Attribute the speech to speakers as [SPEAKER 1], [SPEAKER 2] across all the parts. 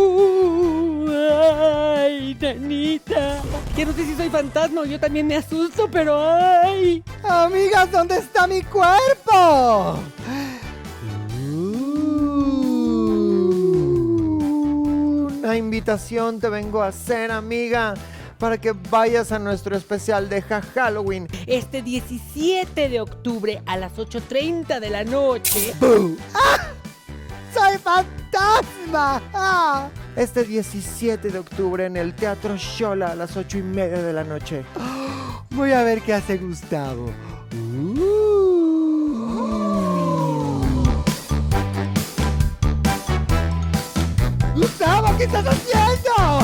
[SPEAKER 1] Uh, ¡Ay, Tanita! Que no sé si soy fantasma, yo también me asusto, pero ¡ay!
[SPEAKER 2] Amigas, ¿dónde está mi cuerpo? Una invitación te vengo a hacer, amiga, para que vayas a nuestro especial de Ja- Halloween.
[SPEAKER 1] Este 17 de octubre a las 8.30 de la noche.
[SPEAKER 2] ¡Ah! ¡Soy fantasma! ¡Ah! Este 17 de octubre en el Teatro Shola a las 8 y media de la noche. Voy a ver qué hace Gustavo. ¡Uh! ¡Gustavo, qué estás haciendo!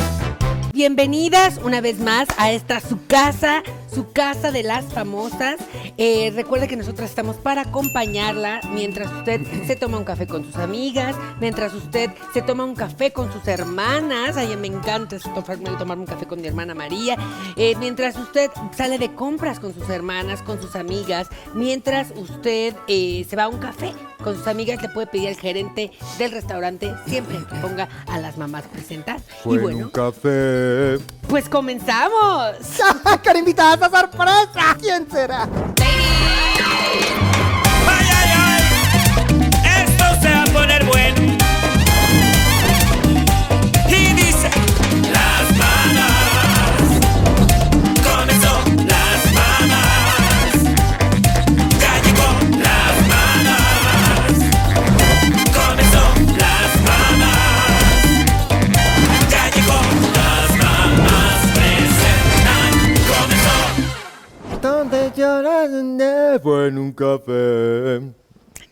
[SPEAKER 1] Bienvenidas una vez más a esta su casa, su casa de las famosas. Eh, recuerda que nosotras estamos para acompañarla mientras usted se toma un café con sus amigas, mientras usted se toma un café con sus hermanas. Ay, me encanta eso, tomarme tomarme un café con mi hermana María. Eh, mientras usted sale de compras con sus hermanas, con sus amigas, mientras usted eh, se va a un café con sus amigas le puede pedir al gerente del restaurante siempre que ponga a las mamás presentadas. Y bueno,
[SPEAKER 2] café.
[SPEAKER 1] pues comenzamos.
[SPEAKER 2] ¡Con invitada sorpresa! ¿Quién será?
[SPEAKER 3] ¡Ay, ay, ay! Esto se va a poner bueno. Y dice: Las manas. Comenzó las manas. Ya llegó las manas. Comenzó las manas. Ya llegó las manas. Presentan. Comenzó.
[SPEAKER 2] Donde llorando fue en un café.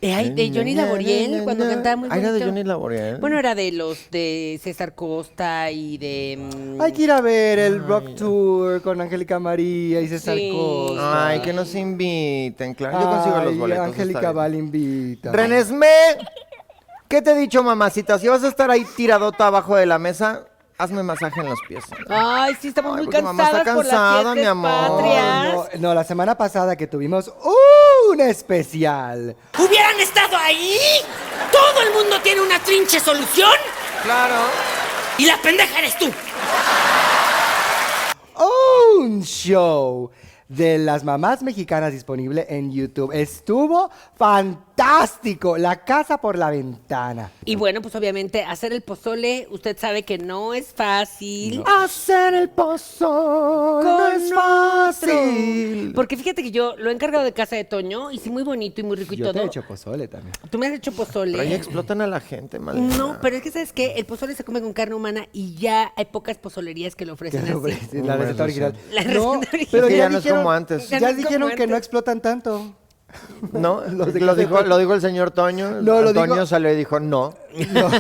[SPEAKER 1] Eh, ay, de Johnny Laboriel, cuando cantaba muy
[SPEAKER 2] Ah, era de
[SPEAKER 1] bonito.
[SPEAKER 2] Johnny Laboriel.
[SPEAKER 1] Bueno, era de los de César Costa y de... mm,
[SPEAKER 2] Hay que ir a ver el Rock Tour con Angélica María y César
[SPEAKER 1] Sí.
[SPEAKER 2] Costa.
[SPEAKER 4] Ay, que nos inviten, claro. Yo consigo los
[SPEAKER 2] Ay,
[SPEAKER 4] boletos.
[SPEAKER 2] Angélica
[SPEAKER 4] está bien.
[SPEAKER 2] Val invita.
[SPEAKER 4] Renesme, ¿qué te he dicho, mamacita? Si vas a estar ahí tiradota abajo de la mesa, hazme masaje en los pies.
[SPEAKER 1] Ay, sí, estamos
[SPEAKER 4] Ay,
[SPEAKER 1] muy
[SPEAKER 2] pues
[SPEAKER 4] porque mamá está
[SPEAKER 1] cansadas por las
[SPEAKER 4] cansada, mi
[SPEAKER 1] fiestas
[SPEAKER 4] amor.
[SPEAKER 1] patrias.
[SPEAKER 2] No, no, la semana pasada que tuvimos un especial.
[SPEAKER 5] ¿Hubieran estado ahí? Todo el mundo tiene una trinche solución
[SPEAKER 4] Claro.
[SPEAKER 5] y la pendeja eres tú.
[SPEAKER 2] Un show de las mamás mexicanas disponible en YouTube. Estuvo fantástico. La casa por la ventana.
[SPEAKER 1] Y bueno, pues obviamente hacer el pozole, usted sabe que no es fácil. Ah,
[SPEAKER 2] Hacer el pozo no
[SPEAKER 1] con
[SPEAKER 2] es
[SPEAKER 1] otro.
[SPEAKER 2] fácil.
[SPEAKER 1] Porque fíjate que yo lo he encargado de casa de Toño y sí muy bonito y muy rico y
[SPEAKER 2] Yo
[SPEAKER 1] todo.
[SPEAKER 2] te he hecho pozole también.
[SPEAKER 1] Tú me has hecho pozole.
[SPEAKER 4] Pero ahí explotan a la gente, maldita.
[SPEAKER 1] No, pero es que sabes que el pozole se come con carne humana y ya hay pocas pozolerías que lo ofrecen
[SPEAKER 2] Que no
[SPEAKER 1] así.
[SPEAKER 2] ofrecen la receta original.
[SPEAKER 1] La receta
[SPEAKER 2] No,
[SPEAKER 1] original.
[SPEAKER 2] pero
[SPEAKER 4] Es que
[SPEAKER 2] ya,
[SPEAKER 4] ya no es
[SPEAKER 2] dijeron-
[SPEAKER 4] como antes.
[SPEAKER 2] Ya,
[SPEAKER 1] Ya no es como
[SPEAKER 2] dijeron que no
[SPEAKER 1] antes.
[SPEAKER 2] explotan tanto.
[SPEAKER 4] No,
[SPEAKER 2] Lo de-
[SPEAKER 4] lo, dijo, lo dijo el señor Toño.
[SPEAKER 2] No, lo
[SPEAKER 4] Toño
[SPEAKER 2] digo-
[SPEAKER 4] salió y dijo no.
[SPEAKER 2] Lo,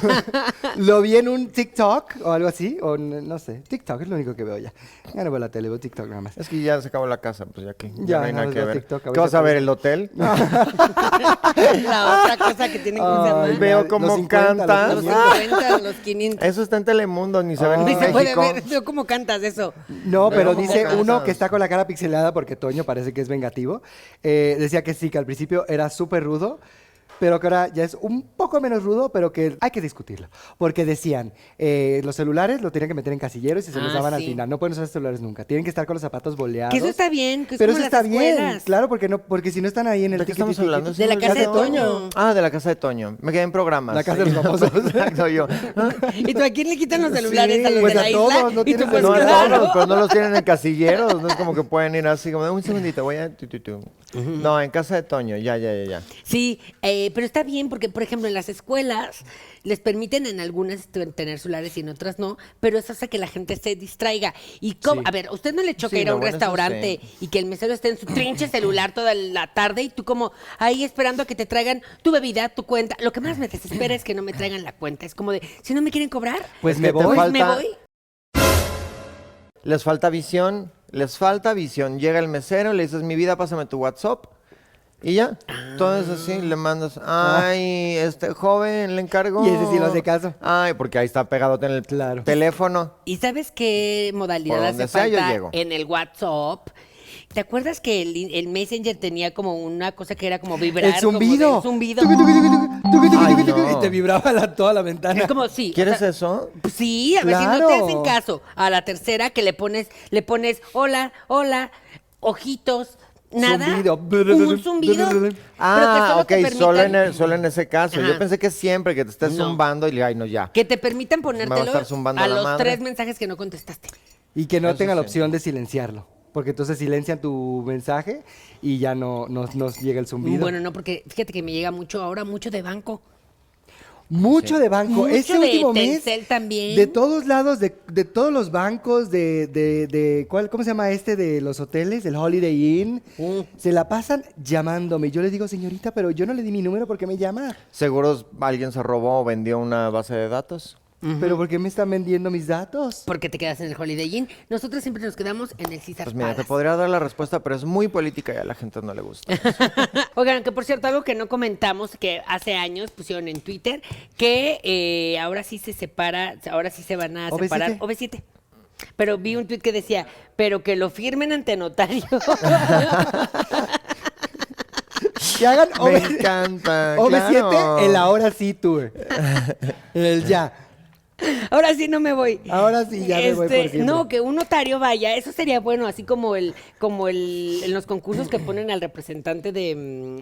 [SPEAKER 2] lo vi en un TikTok o algo así, o n- no sé. TikTok es lo único que veo ya. Ya no veo la tele, veo TikTok nada más.
[SPEAKER 4] Es que ya se acabó la casa, pues ya que ya,
[SPEAKER 2] Ya,
[SPEAKER 4] no hay
[SPEAKER 2] no,
[SPEAKER 4] nada
[SPEAKER 2] los
[SPEAKER 4] que
[SPEAKER 2] dos
[SPEAKER 4] ver.
[SPEAKER 2] TikTok, a
[SPEAKER 4] ¿Qué vas
[SPEAKER 2] veces-
[SPEAKER 4] a ver, el hotel?
[SPEAKER 1] La otra cosa que tienen que
[SPEAKER 2] Ay,
[SPEAKER 1] llamar.
[SPEAKER 4] Veo
[SPEAKER 2] los
[SPEAKER 4] cómo
[SPEAKER 2] 50, los
[SPEAKER 4] cantas.
[SPEAKER 1] Los
[SPEAKER 2] 50.
[SPEAKER 1] 50, los 500.
[SPEAKER 4] Eso está en Telemundo, ni se ve en
[SPEAKER 1] Ni se
[SPEAKER 4] México.
[SPEAKER 1] puede ver. Veo cómo cantas eso.
[SPEAKER 2] No, pero
[SPEAKER 4] Pero ¿cómo
[SPEAKER 2] dice
[SPEAKER 4] cantas?
[SPEAKER 2] uno que está con la cara pixelada porque Toño parece que es vengativo. eh, decía que sí, que al principio era súper rudo, pero que ahora ya es un poco menos rudo, pero que hay que discutirlo. Porque decían, eh, los celulares lo tenían que meter en casilleros y se los
[SPEAKER 1] Ah,
[SPEAKER 2] daban al
[SPEAKER 1] sí.
[SPEAKER 2] final. No pueden usar celulares nunca. Tienen que estar con los zapatos boleados.
[SPEAKER 1] Que eso está bien, que es
[SPEAKER 2] pero
[SPEAKER 1] como
[SPEAKER 2] eso
[SPEAKER 1] las
[SPEAKER 2] está bien,
[SPEAKER 1] escuelas.
[SPEAKER 2] claro, porque no, porque si no están ahí en el
[SPEAKER 4] ¿De qué
[SPEAKER 2] tiqui,
[SPEAKER 4] estamos
[SPEAKER 2] tiqui,
[SPEAKER 4] hablando?
[SPEAKER 2] tiqui,
[SPEAKER 1] De la
[SPEAKER 2] tiqui,
[SPEAKER 1] casa de
[SPEAKER 2] tiqui, tiqui.
[SPEAKER 1] Toño.
[SPEAKER 4] Ah, de la casa de Toño. Me quedé en programas. pues,
[SPEAKER 2] La casa de los famosos.
[SPEAKER 4] Exacto, yo.
[SPEAKER 1] ¿Y tú a quién le quitan los celulares?
[SPEAKER 2] Sí,
[SPEAKER 1] a los
[SPEAKER 2] pues
[SPEAKER 1] de
[SPEAKER 2] a
[SPEAKER 1] la
[SPEAKER 2] todos,
[SPEAKER 1] isla.
[SPEAKER 2] no
[SPEAKER 1] y tú
[SPEAKER 2] tienes-
[SPEAKER 1] pues
[SPEAKER 4] no a
[SPEAKER 1] claro.
[SPEAKER 4] todos, pero no los tienen en casilleros. No es como que pueden ir así como, un segundito, voy a... tu, tu, tu". No, en casa de Toño, ya, ya, ya, ya.
[SPEAKER 1] Sí, eh, pero está bien porque, por ejemplo, en las escuelas les permiten en algunas tu- tener celulares y en otras no, pero eso hace que la gente se distraiga. Y cómo- a ver, ¿a usted no le choca
[SPEAKER 4] Sí,
[SPEAKER 1] ir a
[SPEAKER 4] no,
[SPEAKER 1] un
[SPEAKER 4] bueno, este eso
[SPEAKER 1] restaurante y que el mesero esté en su trinche celular toda la tarde y tú como ahí esperando a que te traigan tu bebida, tu cuenta. Lo que más me desespera es que no me traigan la cuenta. Es como de, si no me quieren cobrar,
[SPEAKER 2] Pues
[SPEAKER 4] Es
[SPEAKER 2] me
[SPEAKER 4] que te
[SPEAKER 2] voy.
[SPEAKER 1] pues me
[SPEAKER 4] falta-
[SPEAKER 1] voy.
[SPEAKER 4] Les falta visión, les falta visión. Llega el mesero, le dices, mi vida, pásame tu WhatsApp. Y ya, todo es
[SPEAKER 2] Ah.
[SPEAKER 4] así, le mandas, ay, este joven, le encargo.
[SPEAKER 2] Y ese sí lo hace caso.
[SPEAKER 4] Ay, porque ahí está pegadote en el
[SPEAKER 2] Claro.
[SPEAKER 4] teléfono.
[SPEAKER 1] ¿Y sabes qué modalidad
[SPEAKER 4] Por
[SPEAKER 1] hace
[SPEAKER 4] donde sea, yo
[SPEAKER 1] falta
[SPEAKER 4] llego.
[SPEAKER 1] en el WhatsApp? ¿Te acuerdas que el, el Messenger tenía como una cosa que era como vibrar?
[SPEAKER 2] el
[SPEAKER 1] como de-
[SPEAKER 2] zumbido.
[SPEAKER 1] el zumbido.
[SPEAKER 2] Tucu, tucu, tucu, tucu, tucu,
[SPEAKER 4] Ay,
[SPEAKER 2] tucu, tucu,
[SPEAKER 4] no.
[SPEAKER 2] Y te vibraba la- toda la ventana.
[SPEAKER 1] Es como, sí. o
[SPEAKER 4] ¿Quieres
[SPEAKER 1] sea,
[SPEAKER 4] eso?
[SPEAKER 1] pues Sí, a ver si no te
[SPEAKER 2] Claro.
[SPEAKER 1] hacen caso. A la tercera que le pones, le pones, hola, hola, ojitos, nada.
[SPEAKER 2] Zumbido.
[SPEAKER 1] Un zumbido. pero que
[SPEAKER 4] Ah,
[SPEAKER 1] solo
[SPEAKER 4] ok,
[SPEAKER 1] te
[SPEAKER 4] solo, en
[SPEAKER 1] permitan-
[SPEAKER 4] el- solo en ese caso.
[SPEAKER 1] Ajá.
[SPEAKER 4] Yo pensé que siempre que te estés
[SPEAKER 1] No.
[SPEAKER 4] zumbando y le ay, no, ya.
[SPEAKER 1] Que te permitan
[SPEAKER 4] Me va a
[SPEAKER 1] ponértelo
[SPEAKER 4] estar zumbando
[SPEAKER 1] a
[SPEAKER 4] la
[SPEAKER 1] los
[SPEAKER 4] madre.
[SPEAKER 1] tres mensajes que no contestaste.
[SPEAKER 2] Y que no
[SPEAKER 4] Eso
[SPEAKER 2] tenga la
[SPEAKER 4] sí.
[SPEAKER 2] opción de silenciarlo. Porque entonces silencian tu mensaje y ya no nos, nos llega el zumbido.
[SPEAKER 1] Bueno, no, porque fíjate que me llega mucho ahora, mucho de banco.
[SPEAKER 2] Mucho de banco.
[SPEAKER 1] Mucho
[SPEAKER 2] este
[SPEAKER 1] de
[SPEAKER 2] último mes.
[SPEAKER 1] Telcel también.
[SPEAKER 2] De todos lados, de, de todos los bancos, de, de, de- ¿cuál, ¿cómo se llama este? De los hoteles, el Holiday Inn.
[SPEAKER 4] Uh.
[SPEAKER 1] Mm.
[SPEAKER 2] Se la pasan llamándome. Yo les digo, señorita, pero yo no le di mi número porque me llama.
[SPEAKER 4] Seguro alguien se robó o vendió una base de datos.
[SPEAKER 2] Pero ¿por qué me están vendiendo mis datos?
[SPEAKER 1] Porque te quedas en el Holiday Inn. Nosotros siempre nos quedamos en el César
[SPEAKER 4] Pues mira, te
[SPEAKER 1] Palace.
[SPEAKER 4] podría dar la respuesta, pero es muy política y a la gente no le gusta.
[SPEAKER 1] Ah, Oigan, que por cierto, algo que no comentamos, que hace años pusieron en Twitter, que eh, ahora sí se separa, ahora sí se van a
[SPEAKER 2] ¿OB7?
[SPEAKER 1] separar. OB7. Pero vi un tuit que decía, pero que lo firmen ante notario.
[SPEAKER 2] Que hagan
[SPEAKER 4] Me
[SPEAKER 2] OV-
[SPEAKER 4] encanta.
[SPEAKER 2] OV7,
[SPEAKER 4] claro.
[SPEAKER 2] el ahora sí tour. el ya.
[SPEAKER 1] ahora sí no me voy. Este,
[SPEAKER 2] Ahora sí ya me voy por siempre.
[SPEAKER 1] No, que un notario vaya, eso sería bueno, así como el, como el, en los concursos que ponen al representante de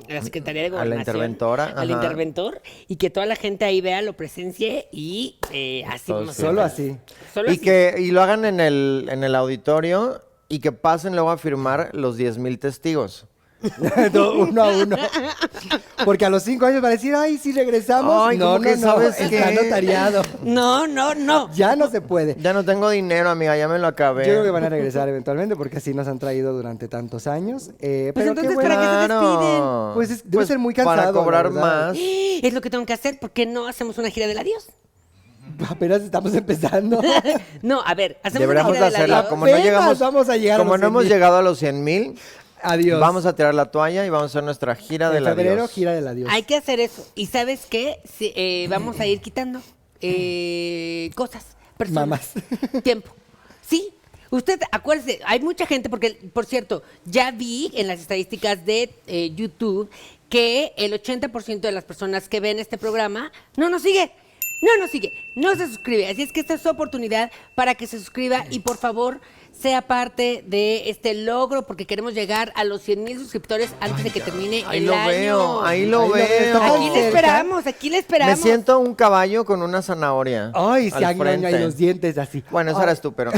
[SPEAKER 1] mm, la Secretaría de
[SPEAKER 4] A la
[SPEAKER 1] Gobernación.
[SPEAKER 4] interventora,
[SPEAKER 1] Al
[SPEAKER 4] ajá.
[SPEAKER 1] interventor, y que toda la gente ahí vea, lo presencie y eh, así.
[SPEAKER 4] Todo
[SPEAKER 1] vamos a
[SPEAKER 2] Solo
[SPEAKER 1] hacer.
[SPEAKER 2] así.
[SPEAKER 1] Solo
[SPEAKER 4] y
[SPEAKER 1] así.
[SPEAKER 4] que y lo hagan en el, en el auditorio y que pasen luego a firmar los 10.000 testigos.
[SPEAKER 2] No, uno a uno. Porque a los cinco años va a decir, ay, si regresamos.
[SPEAKER 4] Ay,
[SPEAKER 2] no,
[SPEAKER 4] como
[SPEAKER 2] no,
[SPEAKER 4] que
[SPEAKER 2] no,
[SPEAKER 4] sabes
[SPEAKER 2] está
[SPEAKER 4] qué.
[SPEAKER 2] notariado.
[SPEAKER 1] No, no, no.
[SPEAKER 2] Ya no se puede.
[SPEAKER 4] Ya no tengo dinero, amiga, ya me lo acabé.
[SPEAKER 2] Yo creo que van a regresar eventualmente porque así nos han traído durante tantos años.
[SPEAKER 4] Pues
[SPEAKER 2] Eh, pero qué
[SPEAKER 1] entonces,
[SPEAKER 2] bueno.
[SPEAKER 1] ¿para qué se
[SPEAKER 4] Claro.
[SPEAKER 2] Pues es- debe ser muy cansado,
[SPEAKER 4] Para
[SPEAKER 2] la
[SPEAKER 4] cobrar
[SPEAKER 2] verdad.
[SPEAKER 4] más.
[SPEAKER 1] Es lo que tengo que hacer porque no hacemos una gira del adiós.
[SPEAKER 2] Apenas estamos empezando.
[SPEAKER 1] No, a ver, hacemos
[SPEAKER 4] Deberíamos
[SPEAKER 1] una gira
[SPEAKER 4] de
[SPEAKER 1] del
[SPEAKER 4] hacerla.
[SPEAKER 1] adiós.
[SPEAKER 4] Como no
[SPEAKER 2] Apenas
[SPEAKER 4] llegamos,
[SPEAKER 2] vamos a llegar a
[SPEAKER 4] como
[SPEAKER 2] los
[SPEAKER 4] no hemos
[SPEAKER 2] 100,000.
[SPEAKER 4] llegado a los 100 mil,
[SPEAKER 2] Adiós.
[SPEAKER 4] vamos a tirar la toalla y vamos a hacer nuestra gira de
[SPEAKER 2] En
[SPEAKER 4] la
[SPEAKER 2] febrero, gira del adiós.
[SPEAKER 1] Hay que hacer eso. ¿Y sabes qué? Sí, eh, vamos a ir quitando eh, cosas, personas,
[SPEAKER 2] Mamás.
[SPEAKER 1] tiempo. Sí. Usted, acuérdese, hay mucha gente, porque, por cierto, ya vi en las estadísticas de eh, YouTube que el 80% de las personas que ven este programa no nos sigue, no nos sigue, no se suscribe. Así es que esta es su oportunidad para que se suscriba y, por favor, sea parte de este logro, porque queremos llegar a los 100 mil suscriptores antes de que termine
[SPEAKER 4] Ahí
[SPEAKER 1] el
[SPEAKER 4] lo
[SPEAKER 1] año.
[SPEAKER 4] veo, ahí lo
[SPEAKER 2] Ahí lo veo,
[SPEAKER 4] veo.
[SPEAKER 2] está
[SPEAKER 1] Aquí le esperamos, aquí le
[SPEAKER 4] Me
[SPEAKER 1] esperamos.
[SPEAKER 4] siento un caballo con una zanahoria.
[SPEAKER 2] Ay,
[SPEAKER 4] al
[SPEAKER 2] se han
[SPEAKER 4] frente.
[SPEAKER 2] y los dientes así.
[SPEAKER 4] Bueno, eso
[SPEAKER 2] Ay.
[SPEAKER 4] eras tú, pero.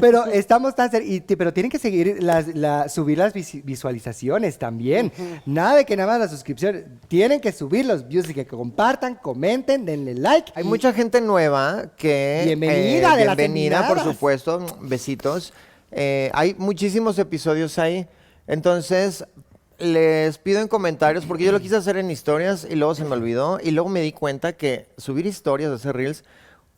[SPEAKER 2] Pero estamos tan cerca, y te- pero tienen que seguir las, la- subir las visi- visualizaciones también. Nada de que nada más la suscripción. Tienen que subir los views y que compartan, comenten, denle like.
[SPEAKER 4] Hay mucha gente nueva que... eh,
[SPEAKER 2] Bienvenida de las
[SPEAKER 4] Bienvenida, por
[SPEAKER 2] enviadas.
[SPEAKER 4] supuesto. Besitos. Eh, hay muchísimos episodios ahí. Entonces, les pido en comentarios, porque yo lo quise hacer en historias y luego se me olvidó. Y luego me di cuenta que subir historias, hacer reels,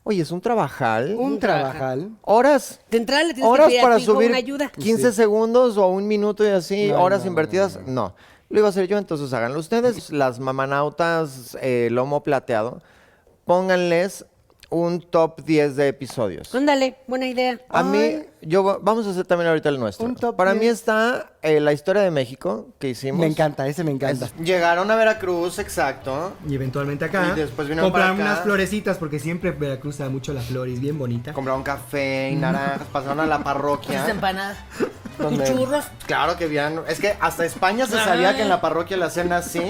[SPEAKER 4] oye, es un trabajal.
[SPEAKER 2] un trabajal.
[SPEAKER 4] Horas.
[SPEAKER 1] De entrada le tienes que
[SPEAKER 4] Horas
[SPEAKER 1] pedir a
[SPEAKER 4] para
[SPEAKER 1] tu hijo
[SPEAKER 4] subir
[SPEAKER 1] una ayuda.
[SPEAKER 4] 15 segundos o un minuto y así,
[SPEAKER 2] Pues No,
[SPEAKER 4] horas
[SPEAKER 2] no, no,
[SPEAKER 4] invertidas, no, Lo iba a hacer yo, entonces háganlo ustedes. Las mamanautas eh, lomo plateado, pónganles un top 10 de episodios.
[SPEAKER 1] Ándale, buena idea.
[SPEAKER 4] A mí,
[SPEAKER 2] Ay.
[SPEAKER 4] yo vamos a hacer también ahorita el nuestro.
[SPEAKER 2] Un top
[SPEAKER 4] Para
[SPEAKER 2] 10.
[SPEAKER 4] mí está eh, la historia de México que hicimos.
[SPEAKER 2] Me encanta, ese me encanta.
[SPEAKER 4] Es- llegaron a Veracruz, exacto.
[SPEAKER 2] Y eventualmente acá.
[SPEAKER 4] Y después vinieron
[SPEAKER 2] compraron
[SPEAKER 4] para acá.
[SPEAKER 2] unas florecitas porque siempre Veracruz da mucho las flores, bien bonita.
[SPEAKER 4] Compraron café y naranjas, pasaron a
[SPEAKER 1] Pues
[SPEAKER 4] la parroquia.
[SPEAKER 1] Sus empanadas.
[SPEAKER 4] Donde-
[SPEAKER 1] Sus churros.
[SPEAKER 4] Claro que bien. Es que hasta España se sabía que en la parroquia la hacían así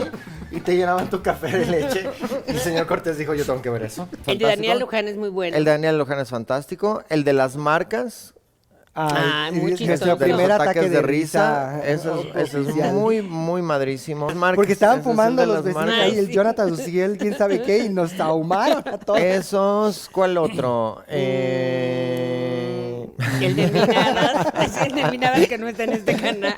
[SPEAKER 4] y te llenaban tu café de leche. Y el señor Cortés dijo, yo tengo que ver eso.
[SPEAKER 1] El de
[SPEAKER 4] Fantástico.
[SPEAKER 1] Daniel Luján es muy bueno.
[SPEAKER 4] El de Daniel Luján es fantástico. El de las marcas. este,
[SPEAKER 1] Ay, muy
[SPEAKER 2] es
[SPEAKER 1] chistoso.
[SPEAKER 2] nuestro
[SPEAKER 4] de los
[SPEAKER 2] primer
[SPEAKER 4] ataques
[SPEAKER 2] ataque
[SPEAKER 4] de risa. Eso,
[SPEAKER 2] o-
[SPEAKER 4] es, eso es
[SPEAKER 2] oficial.
[SPEAKER 4] muy, muy madrísimo. Las marcas,
[SPEAKER 2] Porque estaban
[SPEAKER 4] ese es el
[SPEAKER 2] fumando
[SPEAKER 4] de
[SPEAKER 2] los
[SPEAKER 4] las
[SPEAKER 2] vecinos
[SPEAKER 4] marcas.
[SPEAKER 2] ahí, el
[SPEAKER 1] Sí.
[SPEAKER 2] Jonathan Uciel, quién sabe qué, y nos traumaron a todos.
[SPEAKER 4] Esos, ¿cuál otro? Eh...
[SPEAKER 1] El de Minadas. el de Minadas que no está en este canal.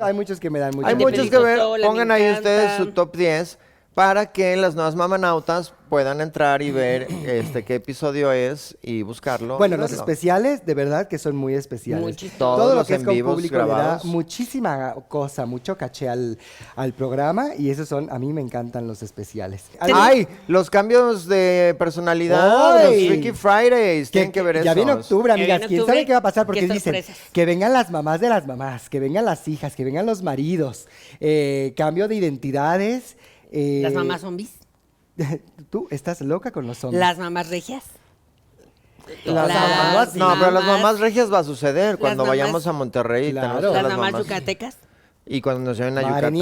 [SPEAKER 2] Hay muchos que me dan mucho.
[SPEAKER 4] Hay
[SPEAKER 1] de
[SPEAKER 4] muchos que
[SPEAKER 1] Perico
[SPEAKER 4] ver.
[SPEAKER 1] Sola, me
[SPEAKER 4] Pongan ahí
[SPEAKER 1] encanta.
[SPEAKER 4] ustedes su top 10. para que las nuevas mamanautas puedan entrar y ver este qué episodio es y buscarlo.
[SPEAKER 2] Bueno,
[SPEAKER 4] y
[SPEAKER 2] los
[SPEAKER 4] verlo.
[SPEAKER 2] especiales, de verdad que son muy especiales.
[SPEAKER 1] Muchísimo.
[SPEAKER 4] Todos
[SPEAKER 2] Todo lo
[SPEAKER 4] los
[SPEAKER 2] que es
[SPEAKER 4] en
[SPEAKER 2] con
[SPEAKER 4] vivos
[SPEAKER 2] público
[SPEAKER 4] grabados.
[SPEAKER 2] le da muchísima cosa, mucho caché al, al programa y esos son, a mí me encantan los especiales.
[SPEAKER 4] Ay, los cambios de personalidad,
[SPEAKER 2] Ay.
[SPEAKER 4] los Freaky Fridays,
[SPEAKER 2] Que-
[SPEAKER 4] tienen que ver eso.
[SPEAKER 2] Ya viene octubre,
[SPEAKER 1] Ya viene
[SPEAKER 2] amigas. ¿Quién
[SPEAKER 1] octubre,
[SPEAKER 2] sabe qué va a pasar? Porque
[SPEAKER 1] qué
[SPEAKER 2] dicen
[SPEAKER 1] sorpresas.
[SPEAKER 2] que vengan las mamás de las mamás, que vengan las hijas, que vengan los maridos, eh, cambio de identidades. eh,
[SPEAKER 1] Las mamás zombies.
[SPEAKER 2] Tú estás loca con los hombres.
[SPEAKER 1] Las mamás regias.
[SPEAKER 4] Las
[SPEAKER 1] Las
[SPEAKER 4] mamás- no, pero las
[SPEAKER 1] mamás-
[SPEAKER 4] mamás regias va a suceder cuando
[SPEAKER 1] mamás-
[SPEAKER 4] vayamos a Monterrey. y
[SPEAKER 2] Claro.
[SPEAKER 4] tenemos
[SPEAKER 2] Pero
[SPEAKER 4] todas
[SPEAKER 1] las mamás yucatecas.
[SPEAKER 4] Y cuando nos lleven a
[SPEAKER 2] Madre
[SPEAKER 4] Yucatán.